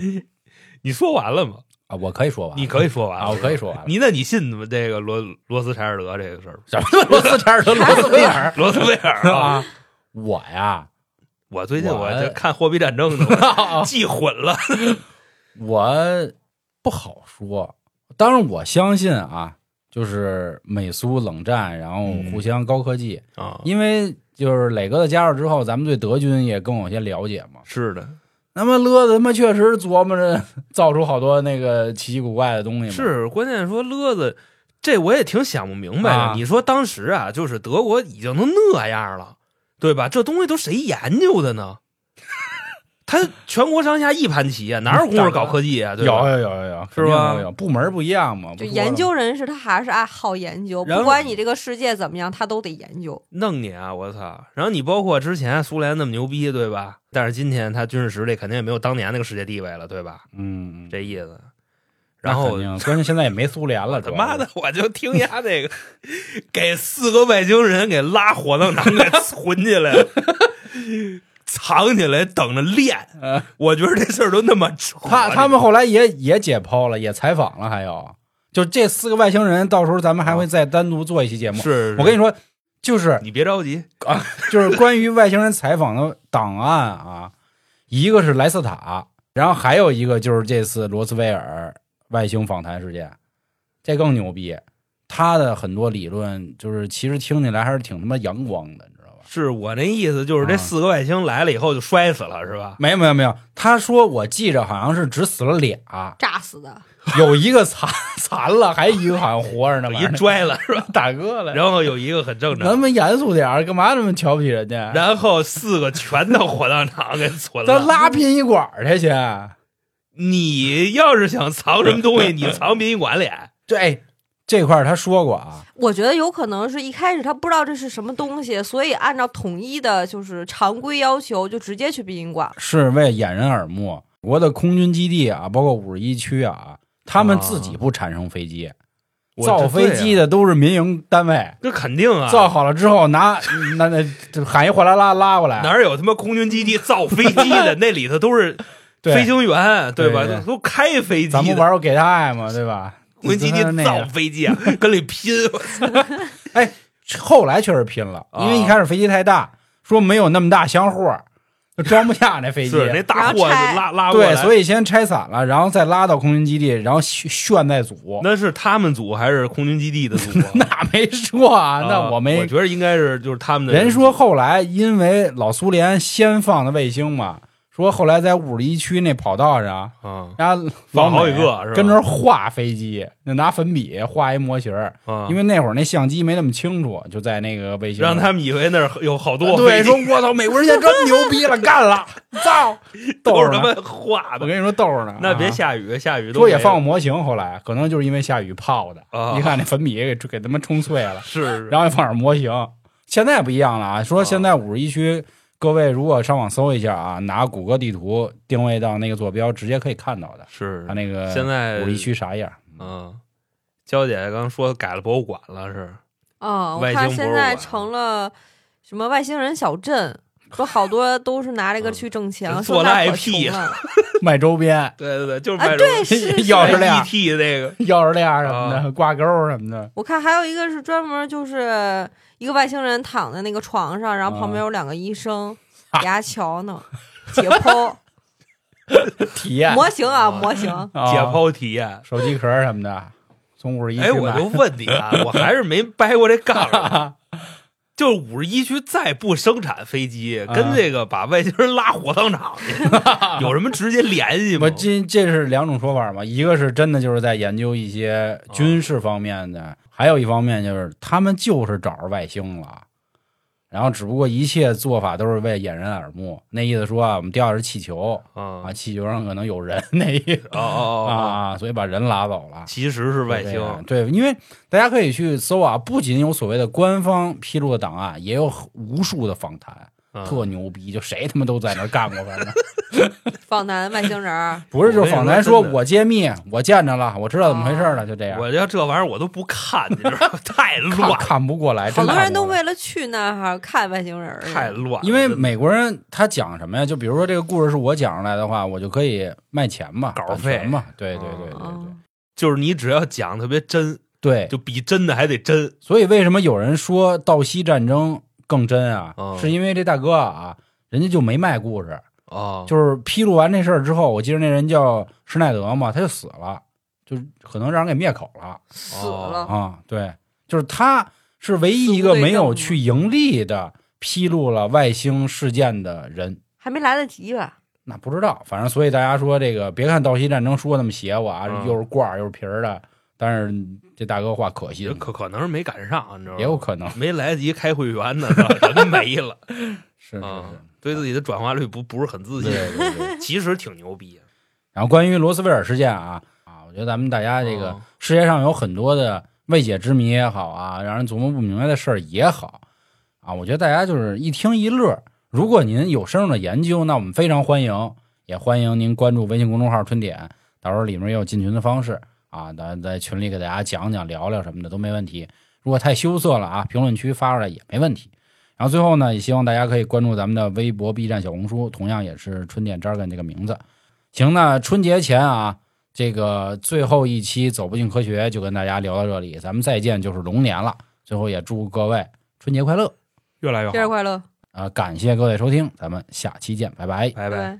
[SPEAKER 3] 你说完了吗？
[SPEAKER 4] 啊，我可以说完了，
[SPEAKER 3] 你可以说完
[SPEAKER 4] 啊，
[SPEAKER 3] 了
[SPEAKER 4] 我。可以说完了。
[SPEAKER 3] 你那你信吗？这个罗罗斯柴尔德这个事儿吗，
[SPEAKER 4] 什么罗斯柴尔德罗斯威尔
[SPEAKER 3] 罗斯威尔啊！
[SPEAKER 4] 啊？我 呀，
[SPEAKER 3] 我最近我
[SPEAKER 4] 我
[SPEAKER 3] 这看《货币战争》 呢，我记混了。
[SPEAKER 4] 我不好说。当然，我相信啊，就是美苏冷战，然后
[SPEAKER 3] 嗯
[SPEAKER 4] 互相高科技，
[SPEAKER 3] 啊，
[SPEAKER 4] 因为就是磊哥的加入之后，咱们对德军也更有些了解嘛。
[SPEAKER 3] 是的，
[SPEAKER 4] 那么勒的他妈确实琢磨着 造出好多那个奇奇古怪的东西嘛。
[SPEAKER 3] 是关键说乐子，这我也挺想不明白的。
[SPEAKER 4] 啊
[SPEAKER 3] 你说当时啊，就是德国已经都那样了，对吧？这东西都谁研究的呢？他全国上下一盘棋啊，哪有功夫搞科技啊？
[SPEAKER 4] 有
[SPEAKER 3] 对吧？
[SPEAKER 4] 有有有有，
[SPEAKER 3] 是吧
[SPEAKER 4] 肯定会有部门不一样嘛，
[SPEAKER 5] 就
[SPEAKER 4] 不说
[SPEAKER 5] 研
[SPEAKER 4] 了
[SPEAKER 5] 究人士，他还是爱好研究，
[SPEAKER 3] 然后
[SPEAKER 5] 不管你这个世界怎么样，他都得研究。
[SPEAKER 3] 弄你啊！我操！然后你包括之前苏联那么牛逼，对吧？但是今天他军事实力肯定也没有当年那个世界地位了，对吧？
[SPEAKER 4] 嗯， 嗯
[SPEAKER 3] 这意思。
[SPEAKER 4] 那
[SPEAKER 3] 然后
[SPEAKER 4] 肯定关键现在也没苏联 了，
[SPEAKER 3] 他
[SPEAKER 4] 主要
[SPEAKER 3] 妈
[SPEAKER 4] 是
[SPEAKER 3] 的，我就听丫这个，给四个外星人给拉火葬场给存起来了，藏起来等着练。
[SPEAKER 4] 呃
[SPEAKER 3] 我觉得这事儿都那么扯。
[SPEAKER 4] 他他们后来也也解剖了，也采访了，还有就这四个外星人，到时候咱们还会再单独做一期节目。
[SPEAKER 3] 是
[SPEAKER 4] 我跟你
[SPEAKER 3] 你
[SPEAKER 4] 说，就是
[SPEAKER 3] 你别着急，
[SPEAKER 4] 就是关于外星人采访的档案啊，一个是莱斯塔，然后还有一个就是这次罗斯威尔外星访谈事件，这更牛逼。他的很多理论就是其实听起来还是挺他妈阳光的，你知道吧？
[SPEAKER 3] 是我那意思就是这
[SPEAKER 4] 啊
[SPEAKER 3] 四个外星来了以后就摔死了，是吧？
[SPEAKER 4] 没有没有没有，他说我记着好像是只死了俩，
[SPEAKER 5] 炸死的，
[SPEAKER 4] 有一个残 残了，还一个好像活着呢，
[SPEAKER 3] 一摔了是吧？
[SPEAKER 4] 大哥了。
[SPEAKER 3] 然后有一个很正
[SPEAKER 4] 咱
[SPEAKER 3] 常，
[SPEAKER 4] 们严肃点儿，干嘛那么瞧不起人家？
[SPEAKER 3] 然后四个全到火葬场给存
[SPEAKER 4] 咱
[SPEAKER 3] 了。
[SPEAKER 4] 拉殡仪馆儿去去。
[SPEAKER 3] 你要是想藏什么东 西，你藏殡仪馆里。
[SPEAKER 4] 对，这块儿他说过啊，
[SPEAKER 5] 我觉得有可能是一开始他不知道这是什么东西，所以按照统一的就是常规要求，就直接去殡仪馆。
[SPEAKER 4] 是为掩人耳目。我的空军基地啊，包括五十一区啊，他们
[SPEAKER 3] 啊
[SPEAKER 4] 自己不产生飞机，
[SPEAKER 3] 我
[SPEAKER 4] 造
[SPEAKER 3] 这
[SPEAKER 4] 飞
[SPEAKER 3] 对
[SPEAKER 4] 机
[SPEAKER 3] 啊，
[SPEAKER 4] 的都是民营单位。
[SPEAKER 3] 这肯定啊，
[SPEAKER 4] 造好了之后拿那那就喊一货拉拉拉过来，
[SPEAKER 3] 哪有他妈空军基地造飞机的？那里头都是
[SPEAKER 4] 对
[SPEAKER 3] 飞行员，对吧？
[SPEAKER 4] 对对
[SPEAKER 3] 都都开飞机
[SPEAKER 4] 咱们
[SPEAKER 3] 的。
[SPEAKER 4] 玩过给他爱嘛，对吧？
[SPEAKER 3] 空军基地
[SPEAKER 4] 咱那
[SPEAKER 3] 造
[SPEAKER 4] 个
[SPEAKER 3] 飞 机啊，跟里拼，
[SPEAKER 4] 后来确实拼了，
[SPEAKER 3] 啊
[SPEAKER 4] 因为一开始飞机太大，说没有那么大箱货，就装不下那飞机。
[SPEAKER 3] 是那大货就
[SPEAKER 5] 然后拆
[SPEAKER 3] 拉拉过来。
[SPEAKER 4] 对，所以先拆散了，然后再拉到空军基地，然后炫炫再组。
[SPEAKER 3] 那是他们组还是空军基地的组啊？
[SPEAKER 4] 那没说啊，那
[SPEAKER 3] 我
[SPEAKER 4] 没。
[SPEAKER 3] 觉得应该是就是他们的
[SPEAKER 4] 人说后来因为老苏联先放的卫星嘛，说后来在五十一区那跑道上，
[SPEAKER 3] 啊
[SPEAKER 4] 然后老
[SPEAKER 3] 放好
[SPEAKER 4] 美
[SPEAKER 3] 几个是吧
[SPEAKER 4] 跟那儿画飞机，就拿粉笔画一模型儿，
[SPEAKER 3] 啊，
[SPEAKER 4] 因为那会儿那相机没那么清楚，就在那个卫星
[SPEAKER 3] 让他们以为那儿有好多飞
[SPEAKER 4] 对
[SPEAKER 3] 机
[SPEAKER 4] 说，我操，美国人现在真牛逼了，干了，造，
[SPEAKER 3] 都
[SPEAKER 4] 逗
[SPEAKER 3] 是
[SPEAKER 4] 着
[SPEAKER 3] 他
[SPEAKER 4] 呢。
[SPEAKER 3] 妈画
[SPEAKER 4] 我
[SPEAKER 3] 的。
[SPEAKER 4] 跟你说逗着呢，
[SPEAKER 3] 那别
[SPEAKER 4] 啊。
[SPEAKER 3] 下雨，下雨都
[SPEAKER 4] 说也
[SPEAKER 3] 没
[SPEAKER 4] 放过模型，后来可能就是因为下雨泡的，
[SPEAKER 3] 啊
[SPEAKER 4] 一看那粉笔给给他们冲碎了，
[SPEAKER 3] 是
[SPEAKER 4] 然后又放点模型。现在不一样了啊，说现在五十一区，各位如果上网搜一下啊，拿谷歌地图定位到那个坐标，直接可以看到的，啊
[SPEAKER 3] 是
[SPEAKER 4] 它那个
[SPEAKER 3] 现在
[SPEAKER 4] 五十一区啥样？
[SPEAKER 3] 嗯，娇姐姐刚说改了博物馆了是
[SPEAKER 5] 啊、我
[SPEAKER 3] 外
[SPEAKER 5] 看
[SPEAKER 3] 星
[SPEAKER 5] 现
[SPEAKER 3] 博物
[SPEAKER 5] 在
[SPEAKER 3] 馆
[SPEAKER 5] 成了什么外星人小镇，说好多都是拿这个去挣钱，
[SPEAKER 3] 嗯
[SPEAKER 5] 说
[SPEAKER 3] 做
[SPEAKER 5] 那可
[SPEAKER 3] IP
[SPEAKER 5] 穷 了。
[SPEAKER 4] 卖周边，
[SPEAKER 3] 对对对，就是
[SPEAKER 5] 啊，对，是 是
[SPEAKER 4] 钥匙链儿
[SPEAKER 3] ET E 那个
[SPEAKER 4] 钥匙链儿什么
[SPEAKER 3] 啊
[SPEAKER 4] 的，挂钩儿什么的，
[SPEAKER 5] 我看还有一个是专门就是一个外星人躺在那个床上，然后
[SPEAKER 4] 啊
[SPEAKER 5] 旁边有两个医生给他瞧呢，解 剖
[SPEAKER 4] 体验
[SPEAKER 5] 模型啊模型。
[SPEAKER 4] 啊
[SPEAKER 3] 解剖体验。
[SPEAKER 4] 手机壳儿什么的，从五十一
[SPEAKER 3] 哎，
[SPEAKER 4] 区
[SPEAKER 3] 我就
[SPEAKER 4] 买。
[SPEAKER 3] 问你啊，我还是没掰过这杠 儿。就是五十一区再不生产飞机，跟
[SPEAKER 4] 啊
[SPEAKER 3] 这个把外星人拉火葬场 去有什么直接联系吗
[SPEAKER 4] 我？这这是两种说法嘛，一个是真的就是在研究一些
[SPEAKER 3] 啊
[SPEAKER 4] 军事方面的，还有一方面就是他们就是找着外星了，然后只不过一切做法都是为掩人耳目。那意思说啊，我们掉的是气球
[SPEAKER 3] 啊
[SPEAKER 4] 啊，气球上可能有人 那意思
[SPEAKER 3] 哦哦哦哦，
[SPEAKER 4] 啊，所以把人拉走了。
[SPEAKER 3] 其实是外
[SPEAKER 4] 就这
[SPEAKER 3] 星
[SPEAKER 4] 样，对，因为大家可以去搜啊，不仅有所谓的官方披露的档案，也有无数的访谈，
[SPEAKER 3] 嗯
[SPEAKER 4] 特牛逼，就谁他妈都在那儿干过，反正。
[SPEAKER 5] 访谈外星人儿，
[SPEAKER 4] 不是，就是访谈说
[SPEAKER 3] 我跟你说真的
[SPEAKER 4] 我揭秘，我见着了，我知道怎么回事了，就这样。
[SPEAKER 3] 我要这玩意儿我都不看，你知道吗？ 太
[SPEAKER 4] 看
[SPEAKER 3] 乱，
[SPEAKER 4] 看不过来，
[SPEAKER 5] 好
[SPEAKER 4] 真
[SPEAKER 5] 多
[SPEAKER 4] 看
[SPEAKER 5] 人
[SPEAKER 4] 不
[SPEAKER 5] 都
[SPEAKER 4] 过来
[SPEAKER 5] 为了去那哈看外星人儿去。
[SPEAKER 3] 太乱。
[SPEAKER 4] 因为
[SPEAKER 3] 真的
[SPEAKER 4] 美国人他讲什么呀？就比如说这个故事是我讲出来的话，我就可以卖钱嘛，
[SPEAKER 3] 稿
[SPEAKER 4] 版
[SPEAKER 3] 费哦
[SPEAKER 4] 权嘛，对对对对对
[SPEAKER 5] 嗯，
[SPEAKER 3] 就是你只要讲特别真，
[SPEAKER 4] 对。
[SPEAKER 3] 就比真的还得真。
[SPEAKER 4] 所以为什么有人说道西战争更真啊
[SPEAKER 3] 嗯？
[SPEAKER 4] 是因为这大哥啊，人家就没卖故事，
[SPEAKER 3] 哦，
[SPEAKER 4] 就是披露完这事儿之后，我记得那人叫施耐德嘛，他就死了，就是可能让人给灭口了。
[SPEAKER 5] 死了。
[SPEAKER 4] 啊，对，就是他是唯一一个没有去盈利的披露了外星事件的人。
[SPEAKER 5] 还没来得及吧？
[SPEAKER 4] 那不知道，反正所以大家说这个，别看《道西战争》说那么邪乎啊，
[SPEAKER 3] 嗯
[SPEAKER 4] 又是罐儿又是皮儿的，但是这大哥话可信
[SPEAKER 3] 也，可可能是没赶上，你知道吗？
[SPEAKER 4] 也有可能。
[SPEAKER 3] 没来得及开会员呢，人没了。
[SPEAKER 4] 是是
[SPEAKER 3] 啊
[SPEAKER 4] 是，，
[SPEAKER 3] 对自己的转化率不不是很自
[SPEAKER 4] 对
[SPEAKER 3] 信，
[SPEAKER 4] 对对。
[SPEAKER 3] 其实挺牛逼。
[SPEAKER 4] 然后关于罗斯威尔事件啊啊，我觉得咱们大家这个
[SPEAKER 3] 哦
[SPEAKER 4] 世界上有很多的未解之谜也好啊，让人琢磨不明白的事儿也好啊，我觉得大家就是一听一乐。如果您有深入的研究，那我们非常欢迎，也欢迎您关注微信公众号“春点”，到时候里面也有进群的方式啊，咱在群里给大家讲讲、聊聊什么的都没问题。如果太羞涩了啊，评论区发出来也没问题。然后最后呢，也希望大家可以关注咱们的微博、B 站、小红书，同样也是“春点 Jargon” 这个名字。行，那春节前啊，这个最后一期《走不进科学》就跟大家聊到这里，咱们再见就是龙年了。最后也祝各位春节快乐
[SPEAKER 3] 越来越
[SPEAKER 5] 节日
[SPEAKER 3] 好，
[SPEAKER 5] 快乐，
[SPEAKER 4] 啊、感谢各位收听，咱们下期见，拜拜。
[SPEAKER 3] 拜
[SPEAKER 5] 拜
[SPEAKER 3] 拜。
[SPEAKER 5] 拜。